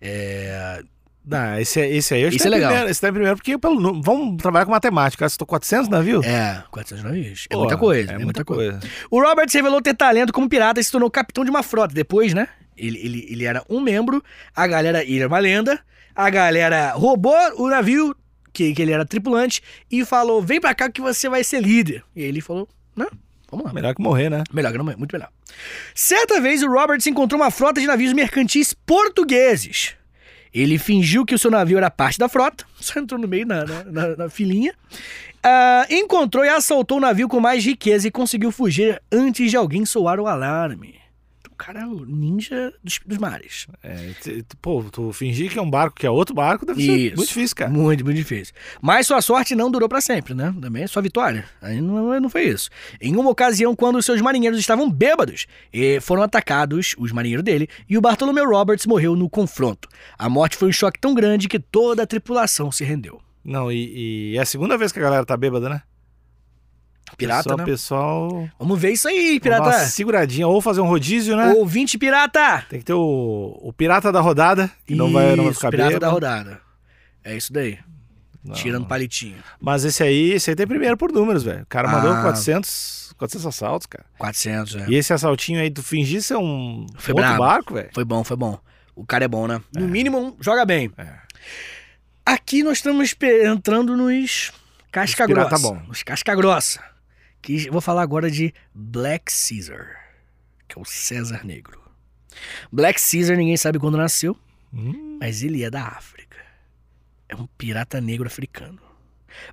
Speaker 3: É...
Speaker 2: Não, esse, esse aí eu acho
Speaker 3: Esse
Speaker 2: que
Speaker 3: é
Speaker 2: tá em
Speaker 3: legal.
Speaker 2: Primeiro, esse tá em primeiro, porque pelo, nu- vamos trabalhar com matemática. Se tô 400 navios?
Speaker 3: É, 400 navios. É
Speaker 2: Pô,
Speaker 3: muita coisa,
Speaker 2: É,
Speaker 3: é,
Speaker 2: muita coisa.
Speaker 3: O Roberts revelou ter talento como pirata e se tornou capitão de uma frota. Depois, né? Ele, ele, ele era um membro, a galera ele era uma lenda, a galera roubou o navio, que, que ele era tripulante, e falou: vem pra cá que você vai ser líder. E aí ele falou: não, vamos lá.
Speaker 2: Melhor que morrer, né?
Speaker 3: Melhor, não, muito melhor. Certa vez, o Roberts encontrou uma frota de navios mercantis portugueses. Ele fingiu que o seu navio era parte da frota, <laughs> só entrou no meio na, na, na- na filinha. Ah, encontrou e assaltou o navio com mais riqueza e conseguiu fugir antes de alguém soar o alarme. O cara é o ninja dos, dos mares.
Speaker 2: É, t- t- pô, tu fingir que é um barco que é outro barco deve ser
Speaker 3: Isso.
Speaker 2: muito difícil, cara.
Speaker 3: Muito, muito difícil. Mas sua sorte não durou pra sempre, né? Também sua vitória. Aí não, não foi isso. Em uma ocasião, quando os seus marinheiros estavam bêbados, eh, foram atacados, os marinheiros dele, e o Bartolomeu Roberts morreu no confronto. A morte foi um choque tão grande que toda a tripulação se rendeu.
Speaker 2: Não, e, e é a segunda vez que a galera tá bêbada, né?
Speaker 3: Pirata,
Speaker 2: Só
Speaker 3: né?
Speaker 2: o pessoal.
Speaker 3: Vamos ver isso aí,
Speaker 2: Pirata. Uma
Speaker 3: pirata. é. Ah,
Speaker 2: seguradinha, ou fazer um rodízio, né?
Speaker 3: Ouvinte pirata!
Speaker 2: Tem que ter o, o pirata da rodada, que não vai, não vai
Speaker 3: Isso,
Speaker 2: ficar
Speaker 3: pirata
Speaker 2: bêbado.
Speaker 3: da rodada. É isso daí.
Speaker 2: Não.
Speaker 3: Tirando palitinho.
Speaker 2: Mas esse aí, esse aí tem primeiro por números, velho. O cara mandou
Speaker 3: Ah.
Speaker 2: 400, 400 assaltos, cara.
Speaker 3: 400, né?
Speaker 2: É. E esse assaltinho aí, tu fingir ser um
Speaker 3: Foi
Speaker 2: outro
Speaker 3: brabo.
Speaker 2: barco, velho.
Speaker 3: Foi bom, foi bom. O cara é bom, né? No mínimo, um- joga bem.
Speaker 2: É.
Speaker 3: Aqui nós estamos pe- entrando nos casca
Speaker 2: Os pirata
Speaker 3: grossa.
Speaker 2: tá bom.
Speaker 3: Os casca grossa. Que eu vou falar agora de Black Caesar, que é o César Negro. Black Caesar, ninguém sabe quando nasceu,
Speaker 2: Hum,
Speaker 3: mas ele é da África. É um pirata negro africano.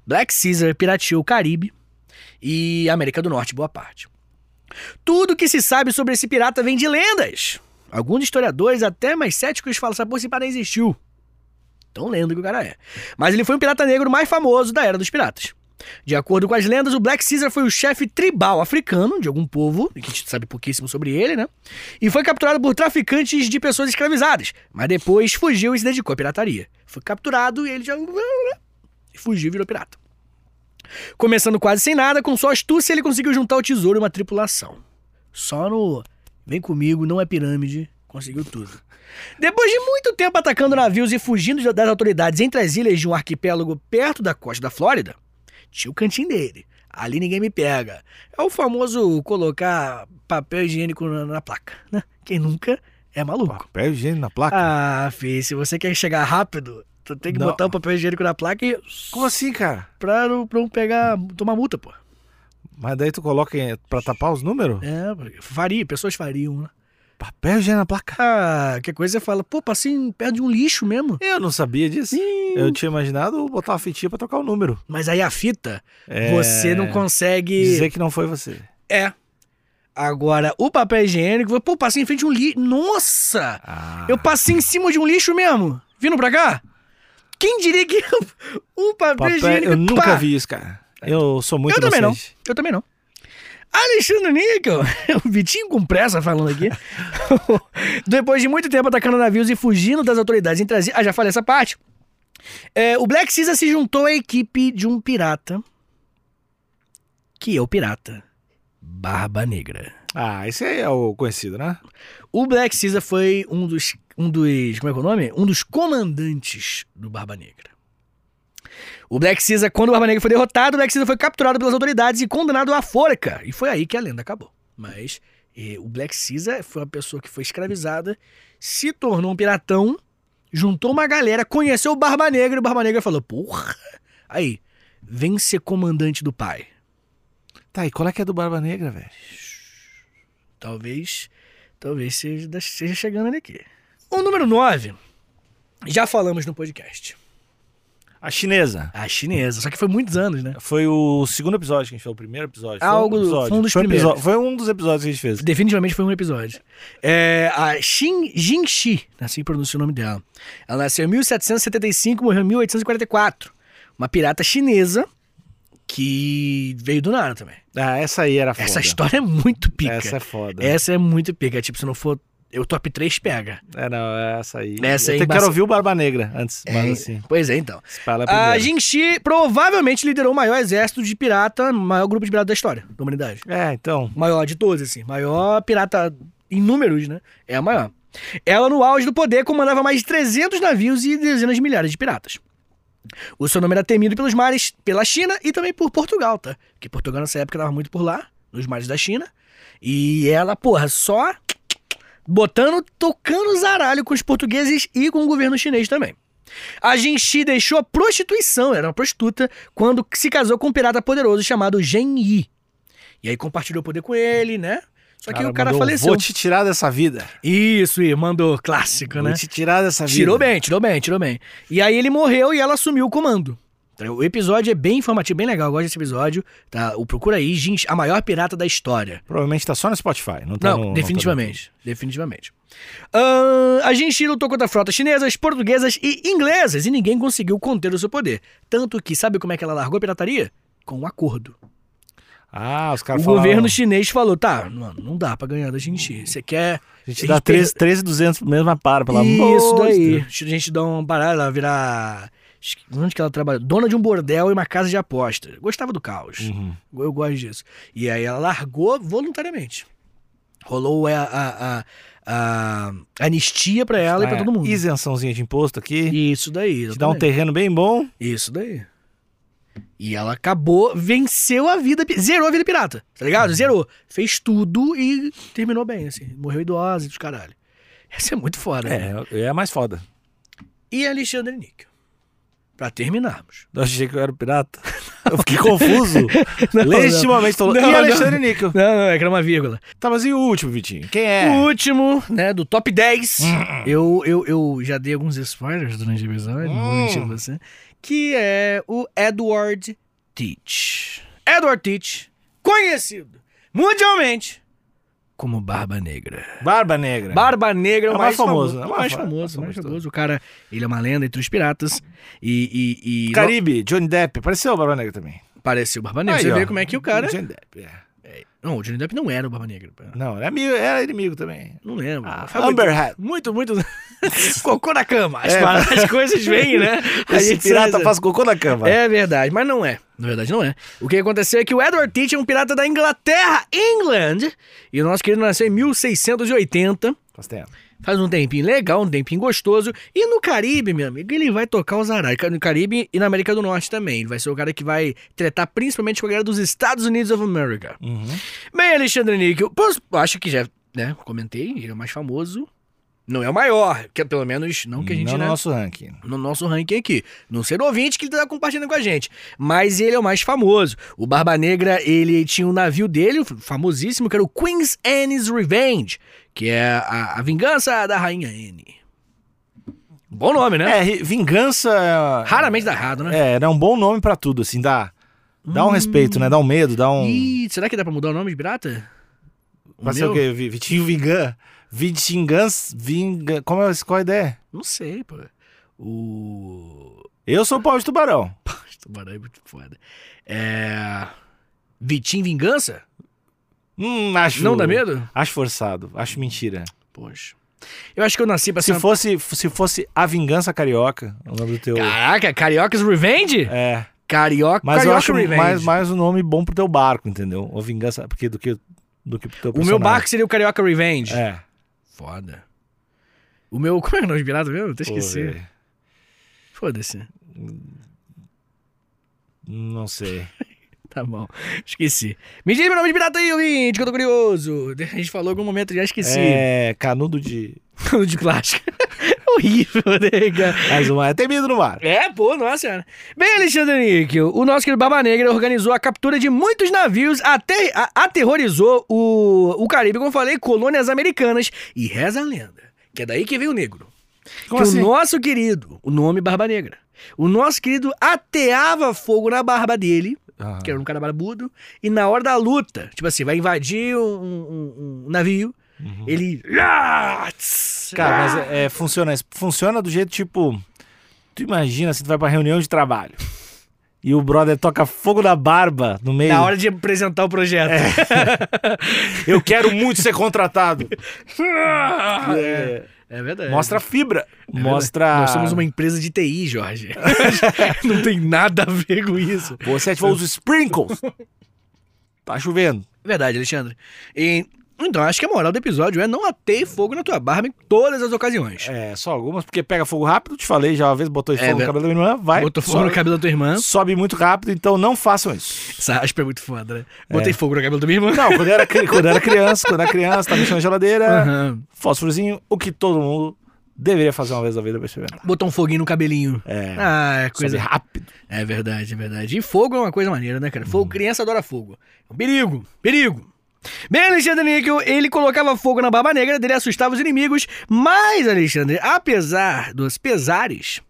Speaker 3: Black Caesar pirateou o Caribe e a América do Norte, boa parte. Tudo que se sabe sobre esse pirata vem de lendas. Alguns historiadores, até mais céticos, falam que esse cara existiu. Tão lendo que o cara é. Mas ele foi um pirata negro mais famoso da Era dos Piratas. De acordo com as lendas, o Black Caesar foi o chefe tribal africano de algum povo, que a gente sabe pouquíssimo sobre ele, né? E foi capturado por traficantes de pessoas escravizadas. Mas depois fugiu e se dedicou à pirataria. Foi capturado e ele já. Fugiu e virou pirata. Começando quase sem nada, com só astúcia ele conseguiu juntar o tesouro e uma tripulação. Só no vem comigo, não é pirâmide, conseguiu tudo. Depois de muito tempo atacando navios e fugindo de- das autoridades entre as ilhas de um arquipélago perto da costa da Flórida, tinha o cantinho dele. Ali ninguém me pega. É o famoso colocar papel higiênico na, na placa, né? Quem nunca é maluco.
Speaker 2: papel higiênico na placa.
Speaker 3: Ah, fi, se você quer chegar rápido, tu tem que
Speaker 2: Não.
Speaker 3: botar o papel higiênico na placa e
Speaker 2: Como assim, cara?
Speaker 3: pra não, pra não pegar, tomar multa, pô.
Speaker 2: Mas daí tu coloca em- pra tapar os números?
Speaker 3: É, faria, pessoas fariam, né?
Speaker 2: Papel higiênico na placa.
Speaker 3: Ah, que coisa você fala, pô, passei em- perto de um lixo mesmo.
Speaker 2: Eu não sabia disso. Eu tinha imaginado botar uma fitinha pra trocar o número.
Speaker 3: Mas aí a fita,
Speaker 2: É,
Speaker 3: você não consegue.
Speaker 2: Dizer que não foi você.
Speaker 3: É. Agora, o papel higiênico, pô, passei em frente de um lixo. Nossa!
Speaker 2: Ah.
Speaker 3: Eu passei em cima de um lixo mesmo. Vindo pra cá? Quem diria que <laughs> um papel,
Speaker 2: Papel,
Speaker 3: higiênico.
Speaker 2: eu nunca
Speaker 3: pá! É.
Speaker 2: vi isso, cara. Eu sou muito
Speaker 3: Eu também não.
Speaker 2: inocente.
Speaker 3: Eu também não. Alexandre Níquel, <laughs> o Vitinho com pressa falando aqui. <laughs> Depois de muito tempo atacando navios e fugindo das autoridades entre as... Ah, já falei essa parte. É, o Black Caesar se juntou à equipe de um pirata, que é o pirata Barba Negra.
Speaker 2: Ah, esse aí é o conhecido, né?
Speaker 3: O Black Caesar foi um dos, um dos, como é que é o nome? Um dos comandantes do Barba Negra. O Black Caesar, quando o Barba Negra foi derrotado, o Black Caesar foi capturado pelas autoridades e condenado à forca. E foi aí que a lenda acabou. Mas eh, o Black Caesar foi uma pessoa que foi escravizada, se tornou um piratão, juntou uma galera, conheceu o Barba Negra e o Barba Negra falou, porra, aí, vem ser comandante do pai.
Speaker 2: Tá, e qual é que é do Barba Negra, velho?
Speaker 3: Talvez. Talvez seja, esteja chegando ele aqui. O número 9. Já falamos no podcast.
Speaker 2: A chinesa.
Speaker 3: A chinesa, só que foi muitos anos, né?
Speaker 2: Foi o segundo episódio que a gente fez, o primeiro episódio. Foi
Speaker 3: Algo-
Speaker 2: um episódio.
Speaker 3: foi um dos
Speaker 2: foi
Speaker 3: primeiros.
Speaker 2: episódio- foi um dos episódios que a gente fez.
Speaker 3: Definitivamente foi um episódio. É, a Xin Jinxi, assim pronuncia o nome dela. Ela nasceu em 1775, morreu em 1844. Uma pirata chinesa que veio do nada também.
Speaker 2: Ah, essa aí era foda.
Speaker 3: Essa história é muito pica.
Speaker 2: Essa
Speaker 3: Essa,
Speaker 2: é foda.
Speaker 3: é muito pica. Tipo, se não for. Eu top 3 pega.
Speaker 2: É, não, é essa aí.
Speaker 3: Essa
Speaker 2: eu
Speaker 3: aí
Speaker 2: te-
Speaker 3: embaça-
Speaker 2: quero ouvir o Barba Negra antes, mas
Speaker 3: É,
Speaker 2: assim,
Speaker 3: Pois é, então.
Speaker 2: se fala
Speaker 3: A
Speaker 2: primeiro.
Speaker 3: Jinxi provavelmente liderou o maior exército de pirata, o maior grupo de pirata da história da humanidade.
Speaker 2: É, então.
Speaker 3: O Maior de todos, assim. Maior pirata em números, né? É a maior. Ela, no auge do poder, comandava mais de 300 navios e dezenas de milhares de piratas. O seu nome era temido pelos mares, pela China e também por Portugal, tá? Porque Portugal nessa época tava muito por lá, nos mares da China. E ela, porra, só botando, tocando zaralho com os portugueses e com o governo chinês também. A Jinxi deixou a prostituição, era uma prostituta, quando se casou com um pirata poderoso chamado Gen Yi. E aí compartilhou o poder com ele, né? Só que o cara
Speaker 2: mandou, um,
Speaker 3: faleceu.
Speaker 2: Vou te tirar dessa vida.
Speaker 3: Isso, e mandou clássico,
Speaker 2: Vou
Speaker 3: né?
Speaker 2: te tirar dessa vida.
Speaker 3: Tirou bem, tirou bem, tirou bem. E aí ele morreu e ela assumiu o comando. Tá? O episódio é bem informativo, bem legal. Eu gosto desse episódio. Tá? O Procura aí, gente, a maior pirata da história.
Speaker 2: Provavelmente tá só no Spotify. Não, tá
Speaker 3: Não,
Speaker 2: no- tá no-
Speaker 3: definitivamente. definitivamente. Ahn, a gente lutou contra frotas chinesas, portuguesas e inglesas e ninguém conseguiu conter o seu poder. Tanto que, sabe como é que ela largou a pirataria? Com um acordo.
Speaker 2: Ah, os
Speaker 3: O
Speaker 2: caras falaram.
Speaker 3: governo chinês falou: tá, mano, não dá pra ganhar da gente. Você quer.
Speaker 2: A gente dá 13 13,200 pro mesmo para, pelo amor
Speaker 3: Isso
Speaker 2: de
Speaker 3: daí.
Speaker 2: Deus.
Speaker 3: A gente dá uma parada, ela virar. Onde que ela trabalha? Dona de um bordel e uma casa de aposta. Gostava do caos.
Speaker 2: Uhum.
Speaker 3: Eu gosto disso. E aí ela largou voluntariamente. Rolou é, a, a- a- a anistia pra ela e pra
Speaker 2: É,
Speaker 3: todo mundo.
Speaker 2: Isençãozinha de imposto aqui.
Speaker 3: Isso daí.
Speaker 2: Te dá um
Speaker 3: exatamente.
Speaker 2: terreno bem bom.
Speaker 3: Isso daí. E ela acabou, venceu a vida, pi- zerou a vida pirata, tá
Speaker 2: Uhum.
Speaker 3: ligado? Zerou. Fez tudo e terminou bem, assim. Morreu idosa e dos caralho. Essa é muito foda. né?
Speaker 2: É, é mais foda.
Speaker 3: E Alexandre Níquel. Pra terminarmos.
Speaker 2: Eu achei que eu era pirata. Eu fiquei confuso.
Speaker 3: <laughs> Não, não.
Speaker 2: Legitimamente tô louco.
Speaker 3: Não,
Speaker 2: E
Speaker 3: não.
Speaker 2: Alexandre Níquel?
Speaker 3: Não, não, é que era uma vírgula.
Speaker 2: Tá, mas e o último, Vitinho? Quem
Speaker 3: O
Speaker 2: é?
Speaker 3: último, né, do top 10. eu, eu, eu já dei alguns spoilers durante o episódio, não vou mentir pra você. Que é o Edward Teach. Edward Teach, conhecido mundialmente como Barba Negra.
Speaker 2: Barba Negra.
Speaker 3: Barba Negra é o mais famoso.
Speaker 2: né?
Speaker 3: é o mais
Speaker 2: Barba-
Speaker 3: famoso, é o mais
Speaker 2: famoso.
Speaker 3: famoso. O cara, ele é uma lenda entre os piratas. E, e, e
Speaker 2: Caribe, Johnny Depp. Apareceu o Barba Negra também.
Speaker 3: apareceu o Barba Negra.
Speaker 2: Aí,
Speaker 3: você
Speaker 2: ó.
Speaker 3: vê como é que o cara...
Speaker 2: Johnny Depp, é.
Speaker 3: Não, o Johnny Depp não era o Barba Negra. pera.
Speaker 2: Não, era, amigo, era inimigo também.
Speaker 3: Não lembro.
Speaker 2: Ah,
Speaker 3: Faz muito
Speaker 2: Amber Heard.
Speaker 3: Muito, muito. <laughs> Cocô na cama. As,
Speaker 2: É.
Speaker 3: paradas- as coisas vêm, <laughs> né? A
Speaker 2: <laughs> Esse
Speaker 3: gente
Speaker 2: pirata
Speaker 3: sabe.
Speaker 2: faz cocô na cama.
Speaker 3: É verdade, mas não é. Na verdade, não é. O que aconteceu é que o Edward Teach é um pirata da Inglaterra, England. E o nosso querido nasceu em 1680.
Speaker 2: Faz tempo.
Speaker 3: Faz um tempinho legal, um tempinho gostoso. E no Caribe, meu amigo, ele vai tocar os arais. No Caribe e na América do Norte também. Ele vai ser o cara que vai tretar principalmente com a galera dos Estados Unidos of America.
Speaker 2: Uhum.
Speaker 3: Bem, Alexandre Níquel, pois, acho que já, né, comentei, ele é o mais famoso. Não é o maior, que é pelo menos não que a gente,
Speaker 2: Não
Speaker 3: né,
Speaker 2: no nosso ranking.
Speaker 3: no nosso ranking aqui. Não ser ouvinte que ele tá compartilhando com a gente. Mas ele é o mais famoso. O Barba Negra, ele tinha um navio dele, famosíssimo, que era o Queen's Anne's Revenge, que é a, a vingança da Rainha Anne. Bom nome, né?
Speaker 2: É, ri- vingança. é-
Speaker 3: Raramente dá errado, né? Hum.
Speaker 2: É, era um bom nome pra tudo, assim, dá. Dá um respeito, né? Dá um medo, dá um.
Speaker 3: Ih, será que dá pra mudar o nome de pirata? O
Speaker 2: Vai ser o
Speaker 3: meu?
Speaker 2: quê? Vi- Vitinho Vingan? Vitingança? Vinga. Como é, qual a ideia?
Speaker 3: Não sei, pô. O...
Speaker 2: Eu sou o Paulo de Tubarão.
Speaker 3: Tubarão é muito foda. É. Vitinho Vingança?
Speaker 2: Hum, acho.
Speaker 3: Não dá medo?
Speaker 2: Acho forçado, acho mentira.
Speaker 3: Poxa. Eu acho que eu nasci pra
Speaker 2: Se
Speaker 3: ser. um é uma-
Speaker 2: fosse, se fosse A Vingança Carioca, o nome do teu.
Speaker 3: Caraca, Carioca's Revenge?
Speaker 2: É,
Speaker 3: Carioca,
Speaker 2: mas eu
Speaker 3: Carioca
Speaker 2: acho
Speaker 3: Revenge.
Speaker 2: mais, mais um nome bom pro teu barco, entendeu? Ou vingança, porque do que, do que pro teu
Speaker 3: O meu
Speaker 2: personagem.
Speaker 3: barco seria o Carioca Revenge.
Speaker 2: É.
Speaker 3: Foda. O meu. <laughs> Como é o nome de pirata mesmo? Até
Speaker 2: Pô,
Speaker 3: esqueci.
Speaker 2: velho,
Speaker 3: Foda-se.
Speaker 2: Não sei.
Speaker 3: Tá bom. Esqueci. Me diz meu nome de pirata aí, ouvinte, que eu tô curioso. A gente falou em algum momento, já esqueci. <laughs>
Speaker 2: É. Canudo de.
Speaker 3: Cano de plástico. <laughs> Horrível, né, cara?
Speaker 2: Mais uma. É temido no mar.
Speaker 3: É, pô, nossa senhora. Bem, Alexandre Níquel, o nosso querido Barba Negra organizou a captura de muitos navios, até a- aterrorizou o, o Caribe, como eu falei, colônias americanas. E reza a lenda, que é daí que veio o negro.
Speaker 2: Como
Speaker 3: que
Speaker 2: assim?
Speaker 3: o nosso querido, o nome Barba Negra, o nosso querido ateava fogo na barba dele,
Speaker 2: Aham.
Speaker 3: que era um cara barbudo, e na hora da luta, tipo assim, vai invadir um, um- um navio,
Speaker 2: Uhum.
Speaker 3: ele... Ah, tss,
Speaker 2: Cara, mas é, é, funciona isso. Funciona do jeito tipo. Tu imagina se tu vai pra reunião de trabalho e o brother toca fogo na barba no meio.
Speaker 3: é Na hora de apresentar o projeto.
Speaker 2: É. <laughs> Eu quero muito ser contratado. É,
Speaker 3: <laughs> É verdade.
Speaker 2: Mostra fibra.
Speaker 3: É
Speaker 2: Mostra.
Speaker 3: verdade. Nós somos uma empresa de TI, <laughs> Jorge. não tem nada a ver com isso.
Speaker 2: Você ativou os
Speaker 3: <laughs>
Speaker 2: sprinkles. Tá chovendo.
Speaker 3: Verdade, Alexandre. E, então, acho que a moral do episódio é não ater fogo na tua barba em todas as ocasiões.
Speaker 2: É, só algumas, porque pega fogo rápido. Te falei já uma vez, botou
Speaker 3: É,
Speaker 2: fogo no
Speaker 3: velho.
Speaker 2: cabelo da minha irmã, vai.
Speaker 3: Botou fogo
Speaker 2: sobe,
Speaker 3: no cabelo da tua <laughs> irmã.
Speaker 2: Sobe muito rápido, então não façam isso.
Speaker 3: Essa aspa é muito foda, né? Botei fogo no cabelo da minha irmã. <laughs>
Speaker 2: Não, quando eu era, cri- quando eu era criança, quando eu era criança, tá mexendo na geladeira,
Speaker 3: Aham.
Speaker 2: fósforozinho, o que todo mundo deveria fazer uma vez na vida pra experimentar.
Speaker 3: Botou um foguinho no cabelinho.
Speaker 2: É.
Speaker 3: Ah, é
Speaker 2: Coisa
Speaker 3: coisa.
Speaker 2: rápido.
Speaker 3: É verdade, é verdade. E fogo é uma coisa maneira, né, cara? Fogo,
Speaker 2: Hum.
Speaker 3: criança adora fogo. É um perigo, perigo. Bem, Alexandre Níquel, ele colocava fogo na barba negra dele, assustava os inimigos, mas, Alexandre, apesar dos pesares,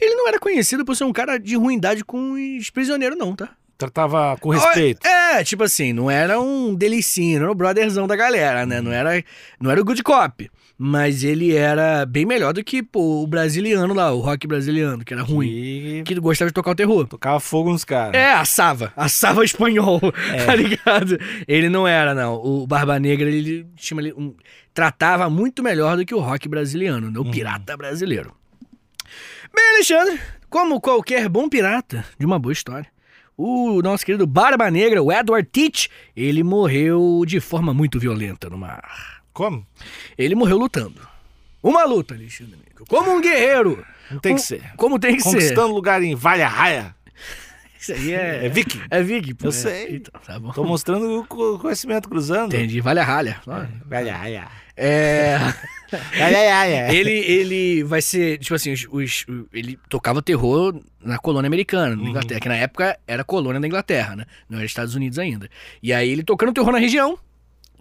Speaker 3: Ele não era conhecido por ser um cara de ruindade com os prisioneiros, não, tá?
Speaker 2: Tratava com respeito.
Speaker 3: É, tipo assim, não era um delicinho, não era o brotherzão da galera, né? Não era, não era o good cop. Mas ele era bem melhor do que pô, o brasiliano lá, o rock brasiliano, que era ruim.
Speaker 2: E
Speaker 3: Que gostava de tocar o terror.
Speaker 2: tocava fogo nos caras.
Speaker 3: É, assava. Assava <laughs> espanhol,
Speaker 2: É.
Speaker 3: tá ligado? Ele não era, não. O Barba Negra, ele tinha ali um- tratava muito melhor do que o rock brasileiro,
Speaker 2: Uhum.
Speaker 3: né? O pirata brasileiro. Bem, Alexandre, como qualquer bom pirata de uma boa história, o nosso querido Barba Negra, o Edward Teach, ele morreu de forma muito violenta no mar.
Speaker 2: Como?
Speaker 3: Ele morreu lutando. Uma luta, Alexandre. Nico. Como um guerreiro.
Speaker 2: Não tem que
Speaker 3: Um-
Speaker 2: ser.
Speaker 3: Como tem que ser.
Speaker 2: Conquistando lugar em Vale Raia.
Speaker 3: Isso aí
Speaker 2: É
Speaker 3: é...
Speaker 2: viking.
Speaker 3: É Vig, pô.
Speaker 2: Eu
Speaker 3: é.
Speaker 2: sei.
Speaker 3: Então, tá bom.
Speaker 2: Tô mostrando o co- conhecimento cruzando.
Speaker 3: Entendi, vale a ralha.
Speaker 2: Vale Raia.
Speaker 3: É.
Speaker 2: Vale Raia.
Speaker 3: <laughs> ele, ele vai ser, tipo assim, os, os- o- ele tocava terror na colônia americana, na Inglaterra, que na época era colônia da Inglaterra, né? Não era Estados Unidos ainda. E aí ele tocando terror na região,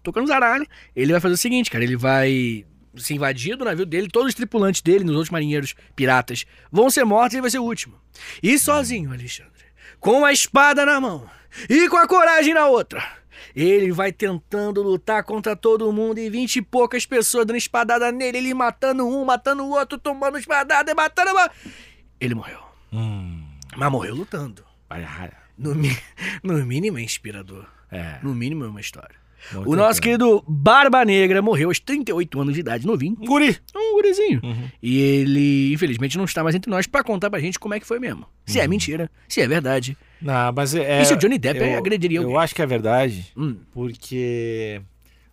Speaker 3: tocando zaralho, ele vai fazer o seguinte, cara, ele vai se invadir do navio dele, todos os tripulantes dele, nos outros marinheiros piratas, vão ser mortos e ele vai ser o último. E sozinho, Alexandre, com a espada na mão e com a coragem na outra. Ele vai tentando lutar contra todo mundo e vinte e poucas pessoas dando espadada nele, ele matando um, matando o outro, tomando espadada e matando. a- Ele morreu.
Speaker 2: Hum,
Speaker 3: Mas morreu lutando.
Speaker 2: Vale Raia.
Speaker 3: No, mi- <laughs> no mínimo é inspirador.
Speaker 2: É.
Speaker 3: No mínimo é uma história.
Speaker 2: muito
Speaker 3: o nosso
Speaker 2: bacana.
Speaker 3: querido Barba Negra morreu aos 38 anos de idade, novinho.
Speaker 2: Um Guri.
Speaker 3: Um gurizinho.
Speaker 2: Uhum.
Speaker 3: E ele, infelizmente, não está mais entre nós pra contar pra gente como é que foi mesmo. Se é mentira, se é verdade.
Speaker 2: Não, mas Uhum. é.
Speaker 3: e se o Johnny Depp
Speaker 2: eu-
Speaker 3: agrediria
Speaker 2: Eu
Speaker 3: alguém?
Speaker 2: acho que é verdade.
Speaker 3: Hum.
Speaker 2: Porque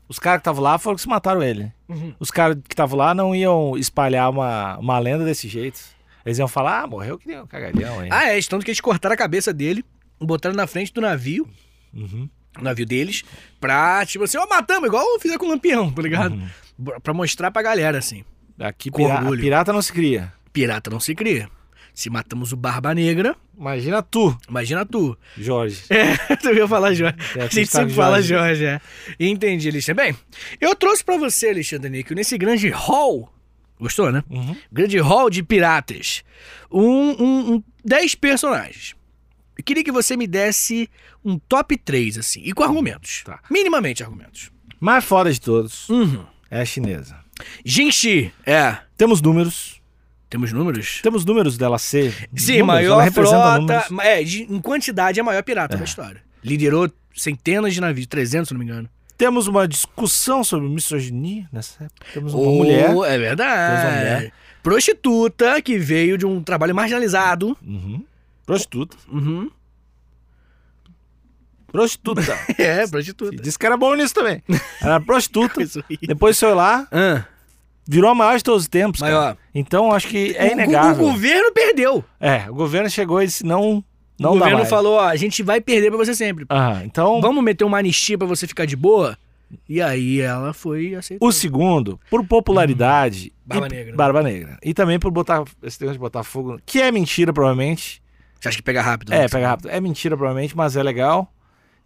Speaker 2: os caras que estavam lá foram que se mataram ele.
Speaker 3: Uhum.
Speaker 2: Os caras que estavam lá não iam espalhar uma, uma lenda desse jeito. Eles iam falar, ah, morreu que nem um cagalhão, hein?
Speaker 3: Ah, é, de tanto que eles cortaram a cabeça dele, botaram na frente do navio,
Speaker 2: Uhum.
Speaker 3: o navio deles, pra, tipo assim, ó, matamos, igual fizeram com o Lampião, tá ligado?
Speaker 2: Uhum.
Speaker 3: Pra- Pra mostrar pra galera, assim.
Speaker 2: Aqui
Speaker 3: Com
Speaker 2: pira-
Speaker 3: orgulho.
Speaker 2: pirata não se cria.
Speaker 3: Pirata não se cria. Se matamos o Barba Negra,
Speaker 2: Imagina tu,
Speaker 3: imagina tu.
Speaker 2: Jorge.
Speaker 3: É. <laughs> tu ia falar Jorge.
Speaker 2: É,
Speaker 3: a
Speaker 2: tu
Speaker 3: gente
Speaker 2: sabe
Speaker 3: sempre fala
Speaker 2: Jorge. né?
Speaker 3: Jorge, é. Entendi, Alexandre. Bem, eu trouxe pra você, Alexandre Níquel, nesse grande hall. Gostou, né?
Speaker 2: Uhum.
Speaker 3: Grande hall de piratas. Um, um, um- dez personagens. Eu queria que você me desse um top 3, assim, e com argumentos.
Speaker 2: Tá.
Speaker 3: Minimamente argumentos.
Speaker 2: Mais foda de todos
Speaker 3: Uhum.
Speaker 2: é a chinesa.
Speaker 3: Jinxi, é.
Speaker 2: Temos números.
Speaker 3: Temos números?
Speaker 2: Temos números dela ser. números,
Speaker 3: Sim,
Speaker 2: ela
Speaker 3: maior
Speaker 2: representa
Speaker 3: frota.
Speaker 2: números.
Speaker 3: ma- É, de- em quantidade é a maior pirata da história. Liderou centenas de navios, 300, se não me engano.
Speaker 2: Temos uma discussão sobre misoginia nessa época. Temos uma
Speaker 3: Ou-
Speaker 2: mulher.
Speaker 3: É verdade.
Speaker 2: Temos uma mulher.
Speaker 3: Prostituta que veio de um trabalho marginalizado.
Speaker 2: Uhum. Prostituta.
Speaker 3: Uhum.
Speaker 2: <laughs> Prostituta.
Speaker 3: <laughs> É, prostituta.
Speaker 2: Disse que era bom nisso também. Era prostituta.
Speaker 3: Isso aí.
Speaker 2: Depois foi lá,
Speaker 3: Ah,
Speaker 2: virou a maior de todos os tempos. cara.
Speaker 3: maior.
Speaker 2: Então acho que
Speaker 3: O-
Speaker 2: é
Speaker 3: o-
Speaker 2: inegável.
Speaker 3: O, governo perdeu.
Speaker 2: É, o governo chegou e disse: não, não
Speaker 3: o
Speaker 2: dá
Speaker 3: governo
Speaker 2: mais.
Speaker 3: falou, ó, a gente vai perder pra você sempre.
Speaker 2: Aham, então,
Speaker 3: Vamos meter uma anistia pra você ficar de boa? E aí ela foi aceitada.
Speaker 2: o segundo, por popularidade.
Speaker 3: Barba
Speaker 2: e-
Speaker 3: Negra.
Speaker 2: Barba Negra. E também por botar esse negócio de botar fogo, que é mentira, provavelmente.
Speaker 3: Você acha que pega rápido? né?
Speaker 2: É, pega rápido. É mentira, provavelmente, mas é legal.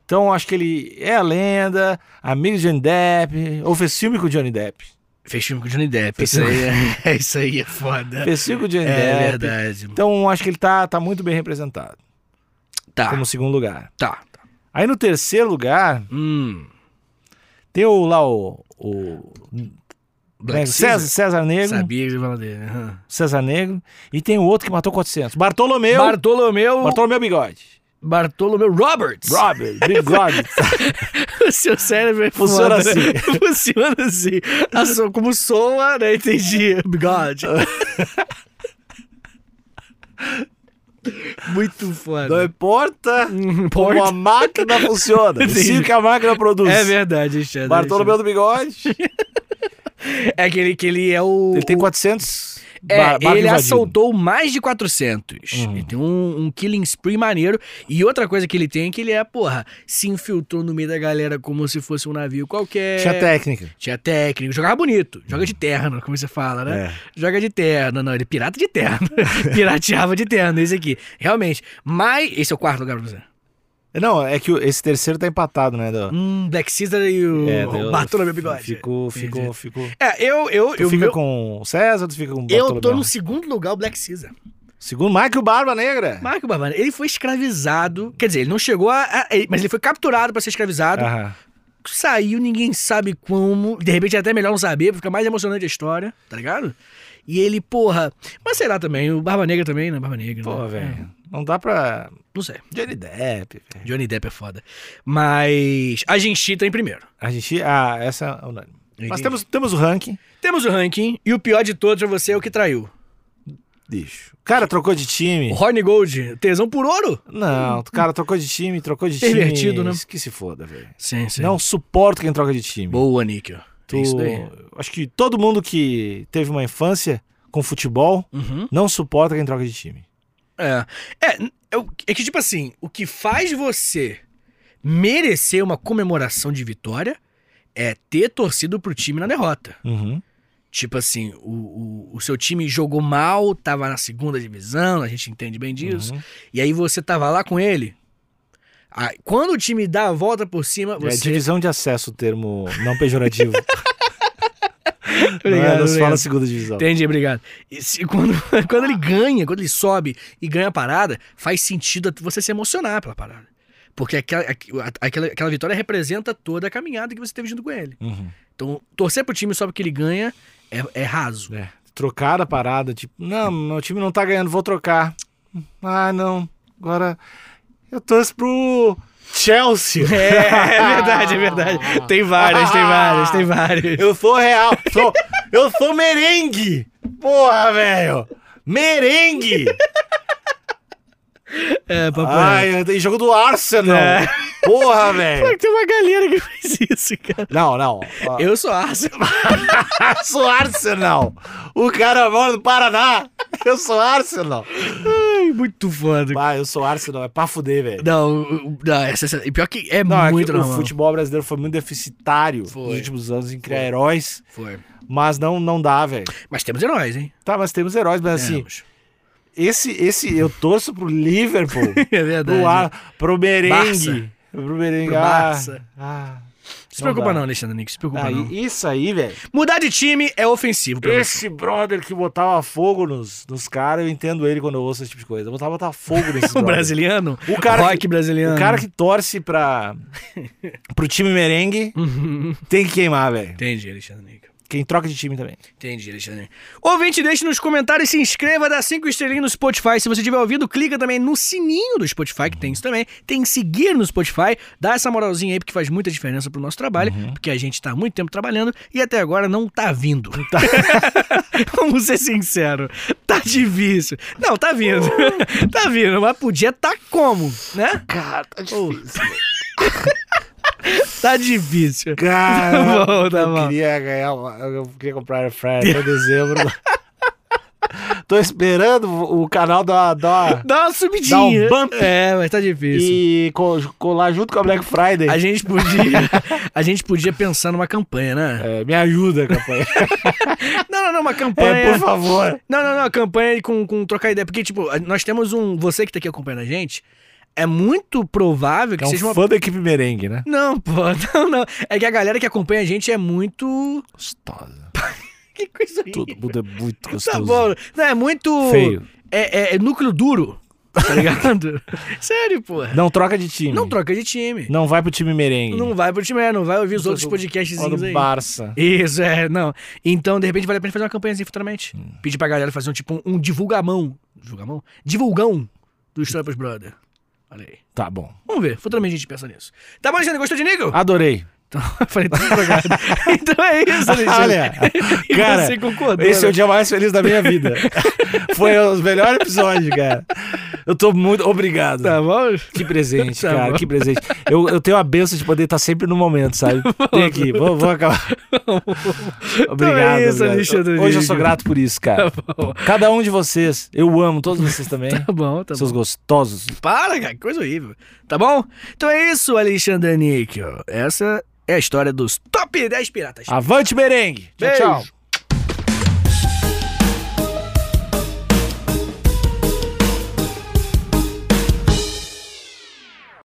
Speaker 2: Então, acho que ele é a lenda, amigo de Johnny Depp, ou fez filme com o Johnny Depp.
Speaker 3: Fez filme com o Johnny Depp.
Speaker 2: Fez
Speaker 3: Isso aí, é, <laughs> isso aí é foda.
Speaker 2: Fez filme com o Johnny
Speaker 3: É
Speaker 2: Depp.
Speaker 3: verdade.
Speaker 2: Então, acho que ele tá, tá muito bem representado,
Speaker 3: Tá,
Speaker 2: como segundo lugar.
Speaker 3: tá. tá.
Speaker 2: Aí, no terceiro lugar,
Speaker 3: Hum.
Speaker 2: tem o, lá o... o né,
Speaker 3: Black
Speaker 2: César,
Speaker 3: Caesar?
Speaker 2: César Negro.
Speaker 3: Sabia que você ia falar dele. aham.
Speaker 2: César Negro. E tem o outro que matou 400. Bartolomeu.
Speaker 3: Bartolomeu.
Speaker 2: Bartolomeu Bigode.
Speaker 3: Bartolomeu Roberts.
Speaker 2: Robert Bigode.
Speaker 3: <laughs> o seu cérebro é
Speaker 2: Funciona
Speaker 3: foda, né? <laughs> Funciona assim. A so- como soa, né? Entendi. Bigode. <laughs> Muito
Speaker 2: Não é
Speaker 3: foda.
Speaker 2: importa
Speaker 3: Hum,
Speaker 2: como a
Speaker 3: porta.
Speaker 2: máquina funciona. <laughs>
Speaker 3: Entendi.
Speaker 2: Sim que a máquina produz.
Speaker 3: É verdade, Alexandre.
Speaker 2: Bartolomeu do <laughs> Bigode.
Speaker 3: É que ele, que ele é o.
Speaker 2: Ele tem 400.
Speaker 3: É,
Speaker 2: ba- barco
Speaker 3: ele
Speaker 2: invadido.
Speaker 3: assaltou mais de 400.
Speaker 2: Hum.
Speaker 3: Ele tem um, um killing spree maneiro. E outra coisa que ele tem é que ele é, porra, se infiltrou no meio da galera como se fosse um navio qualquer.
Speaker 2: Tinha técnica.
Speaker 3: Tinha técnico, jogava bonito. Joga de terno, como você fala,
Speaker 2: É.
Speaker 3: né? Joga de terno. Não, ele é pirata
Speaker 2: <laughs>
Speaker 3: de terno. Pirateava de terno, esse aqui. Realmente. Mas. Esse é o quarto lugar pra você.
Speaker 2: Não, é que o- esse terceiro tá empatado, né? Do...
Speaker 3: Hum, Black Caesar e o
Speaker 2: É, eu-
Speaker 3: Bartolomeu Bigode.
Speaker 2: Fico, fico, fico.
Speaker 3: É, eu. eu,
Speaker 2: Tu
Speaker 3: eu,
Speaker 2: fica
Speaker 3: meu-
Speaker 2: com o César, tu fica com o
Speaker 3: eu tô
Speaker 2: Bartolomeu?
Speaker 3: no segundo lugar, o Black Caesar.
Speaker 2: Segundo, Mike o Barba Negra.
Speaker 3: Marco Barbana, ele foi escravizado. Quer dizer, ele não chegou a. a- ele- mas ele foi capturado pra ser escravizado.
Speaker 2: Aham.
Speaker 3: Saiu, ninguém sabe como. De repente é até melhor não saber, porque fica mais emocionante a história, tá ligado? E ele, porra. Mas sei lá também, o Barba Negra também, né? Barba Negra.
Speaker 2: Pô,
Speaker 3: né? É,
Speaker 2: velho. Não dá pra.
Speaker 3: Não sei.
Speaker 2: Johnny Depp, velho.
Speaker 3: Johnny Depp é foda. Mas. A gente tá em primeiro.
Speaker 2: A gente. Ah, essa é unânime. Mas
Speaker 3: Entendi.
Speaker 2: temos, temos o ranking.
Speaker 3: Temos o ranking, e o pior de todos pra você é o que traiu.
Speaker 2: Lixo. O cara trocou de time.
Speaker 3: O Horny Gold, tesão por ouro?
Speaker 2: Não, o cara trocou de time, trocou de
Speaker 3: Pervertido,
Speaker 2: time.
Speaker 3: Hum, né?
Speaker 2: Que se foda, velho.
Speaker 3: Sim, sim.
Speaker 2: Não suporto quem troca de time.
Speaker 3: Boa, Níquel.
Speaker 2: Tu-
Speaker 3: É isso daí.
Speaker 2: Acho que todo mundo que teve uma infância com futebol
Speaker 3: Uhum.
Speaker 2: não suporta quem troca de time.
Speaker 3: É. É, n- é, o- é que, tipo assim, o que faz você merecer uma comemoração de vitória é ter torcido pro time na derrota.
Speaker 2: Uhum.
Speaker 3: Tipo assim, o, o, o seu time jogou mal, tava na segunda divisão, a gente entende bem disso.
Speaker 2: Uhum.
Speaker 3: E aí você tava lá com ele. Aí, quando o time dá a volta por cima,
Speaker 2: É
Speaker 3: você.
Speaker 2: divisão de acesso, o termo não
Speaker 3: <laughs>
Speaker 2: pejorativo. não, é,
Speaker 3: Obrigado,
Speaker 2: não se fala
Speaker 3: obrigado.
Speaker 2: segunda divisão.
Speaker 3: Entendi, obrigado. E se- <laughs> quando, quando ele ganha, quando ele sobe e ganha a parada, faz sentido você se emocionar pela parada. Porque aquela, aqu- aquela, aquela vitória representa toda a caminhada que você teve junto com ele.
Speaker 2: Uhum.
Speaker 3: Então, torcer pro time só porque ele ganha é, é raso.
Speaker 2: É. Trocar a parada, tipo, não, meu time não tá ganhando, vou trocar. Ah, não. Agora eu torço pro Chelsea.
Speaker 3: <laughs> É, verdade, é verdade.
Speaker 2: Ah.
Speaker 3: Tem várias, tem várias, tem
Speaker 2: <laughs>
Speaker 3: várias.
Speaker 2: Eu sou real. Sou, eu sou merengue. Porra, velho. Merengue.
Speaker 3: É, papai.
Speaker 2: Ai, tem jogo do Arsenal.
Speaker 3: É.
Speaker 2: Porra, velho.
Speaker 3: Tem uma galera que faz isso, cara.
Speaker 2: Não, não. Ó,
Speaker 3: Eu sou Arsenal.
Speaker 2: Eu sou Arsenal. O cara mora no Paraná. Eu sou Arsenal.
Speaker 3: Ai, muito foda.
Speaker 2: Ah, eu sou Arsenal. É pra fuder, velho.
Speaker 3: Não, o- o- não essa, essa- e pior que é
Speaker 2: Não, é que
Speaker 3: muito
Speaker 2: o
Speaker 3: normal.
Speaker 2: futebol brasileiro foi muito deficitário nos
Speaker 3: Foi.
Speaker 2: últimos anos em criar heróis,
Speaker 3: Foi.
Speaker 2: mas não, não dá, velho.
Speaker 3: Mas temos heróis, hein?
Speaker 2: Tá, mas temos heróis, mas assim,
Speaker 3: Temos.
Speaker 2: esse, esse, eu torço pro Liverpool,
Speaker 3: É verdade.
Speaker 2: pro, ar, pro merengue,
Speaker 3: Barça.
Speaker 2: pro merengue.
Speaker 3: Pro
Speaker 2: ah,
Speaker 3: Barça.
Speaker 2: ah,
Speaker 3: Se preocupa
Speaker 2: dá.
Speaker 3: não, Alexandre Nick, se preocupa
Speaker 2: Ah,
Speaker 3: não.
Speaker 2: e- isso aí, velho.
Speaker 3: Mudar de time é ofensivo pra você.
Speaker 2: Esse brother que botava fogo nos, nos caras, eu entendo ele quando eu ouço esse tipo de coisa. Eu botava botar fogo
Speaker 3: <laughs>
Speaker 2: nesses
Speaker 3: O
Speaker 2: brother.
Speaker 3: brasiliano?
Speaker 2: O cara
Speaker 3: rock
Speaker 2: que-
Speaker 3: <laughs> brasiliano.
Speaker 2: O cara que torce pra, pro time merengue
Speaker 3: Uhum.
Speaker 2: tem que queimar, velho.
Speaker 3: Entendi, Alexandre Nick.
Speaker 2: Quem troca de time também.
Speaker 3: Entendi, Alexandre. Ouvinte, deixe nos comentários, se inscreva, dá cinco estrelinhas no Spotify. Se você tiver ouvido, clica também no sininho do Spotify, que tem isso também. Tem seguir no Spotify, dá essa moralzinha aí, porque faz muita diferença pro nosso trabalho,
Speaker 2: Uhum.
Speaker 3: porque a gente tá há muito tempo trabalhando e até agora não tá vindo. <laughs> Vamos ser sinceros, tá difícil. Não, tá vindo.
Speaker 2: Uhum.
Speaker 3: tá vindo, mas podia tá como, né?
Speaker 2: Cara, tá difícil.
Speaker 3: Tá difícil.
Speaker 2: Cara,
Speaker 3: Tá <laughs> bom, tá
Speaker 2: eu
Speaker 3: bom.
Speaker 2: queria ganhar uma, eu queria comprar air fryer até
Speaker 3: <laughs>
Speaker 2: dezembro. Tô esperando o canal da da
Speaker 3: Dá uma subidinha.
Speaker 2: Dá um bump.
Speaker 3: É, mas tá difícil.
Speaker 2: e co- colar junto com a Black Friday.
Speaker 3: A gente podia, a gente podia pensar numa campanha, né?
Speaker 2: É, me ajuda,
Speaker 3: <laughs>
Speaker 2: campanha.
Speaker 3: Não, não, não, uma campanha.
Speaker 2: é, por favor.
Speaker 3: Não, não, não, a campanha com, com trocar ideia, porque tipo, a- nós temos um, você que tá aqui acompanhando a gente, é muito provável que
Speaker 2: É um
Speaker 3: seja uma
Speaker 2: fã da equipe merengue, né?
Speaker 3: Não, pô, <laughs> não, não. É que a galera que acompanha a gente é muito
Speaker 2: Gostosa.
Speaker 3: Que coisa horrível.
Speaker 2: Todo mundo é muito
Speaker 3: Tá
Speaker 2: gostoso.
Speaker 3: bom. Não, é muito
Speaker 2: Feio.
Speaker 3: É, é- é núcleo duro. Tá ligado? <laughs> Sério, porra.
Speaker 2: Não troca de time.
Speaker 3: Não troca de time.
Speaker 2: Não vai pro time merengue.
Speaker 3: Não vai pro time, é, não vai ouvir os
Speaker 2: Não
Speaker 3: outros
Speaker 2: troca- Ou
Speaker 3: podcastzinhos
Speaker 2: do
Speaker 3: aí.
Speaker 2: Barça.
Speaker 3: Isso, é, não. Então, de repente, vale a pena fazer uma campanha assim futuramente.
Speaker 2: Hum.
Speaker 3: Pedir pra galera fazer um tipo um, um divulgamão. Divulgamão? Divulgão do História pros Brother. Olha aí.
Speaker 2: Tá bom.
Speaker 3: Vamos ver, futuramente a gente pensa nisso. Tá bom, Alexandre? Gostou de Nico?
Speaker 2: Adorei.
Speaker 3: Então,
Speaker 2: Ah,
Speaker 3: eu falei, tá drogado. <laughs> então é isso, Alexandre.
Speaker 2: Olha,
Speaker 3: E
Speaker 2: cara,
Speaker 3: você concordou,
Speaker 2: Esse é
Speaker 3: né?
Speaker 2: o dia mais feliz da minha vida.
Speaker 3: <laughs>
Speaker 2: Foi o melhor episódio, cara. Eu tô muito. Obrigado.
Speaker 3: Tá bom?
Speaker 2: Que presente,
Speaker 3: <laughs> Tá
Speaker 2: cara,
Speaker 3: bom.
Speaker 2: que presente. Eu, eu tenho a benção de poder estar sempre no momento,
Speaker 3: <laughs>
Speaker 2: sabe? Tem aqui, vou, vou acabar. obrigado.
Speaker 3: Então é isso,
Speaker 2: obrigado.
Speaker 3: Alexandre
Speaker 2: Hoje eu
Speaker 3: Níquel.
Speaker 2: sou grato por isso,
Speaker 3: <laughs>
Speaker 2: cara. Cada um de vocês, eu amo todos vocês também.
Speaker 3: Tá bom, tá
Speaker 2: Seus
Speaker 3: bom.
Speaker 2: gostosos.
Speaker 3: Para, cara, que coisa horrível. Tá bom? Então é isso, Alexandre Níquel. Essa é a história dos top 10 piratas.
Speaker 2: Avante, merengue. Tchau,
Speaker 3: Beijo.
Speaker 2: Ah, tchau.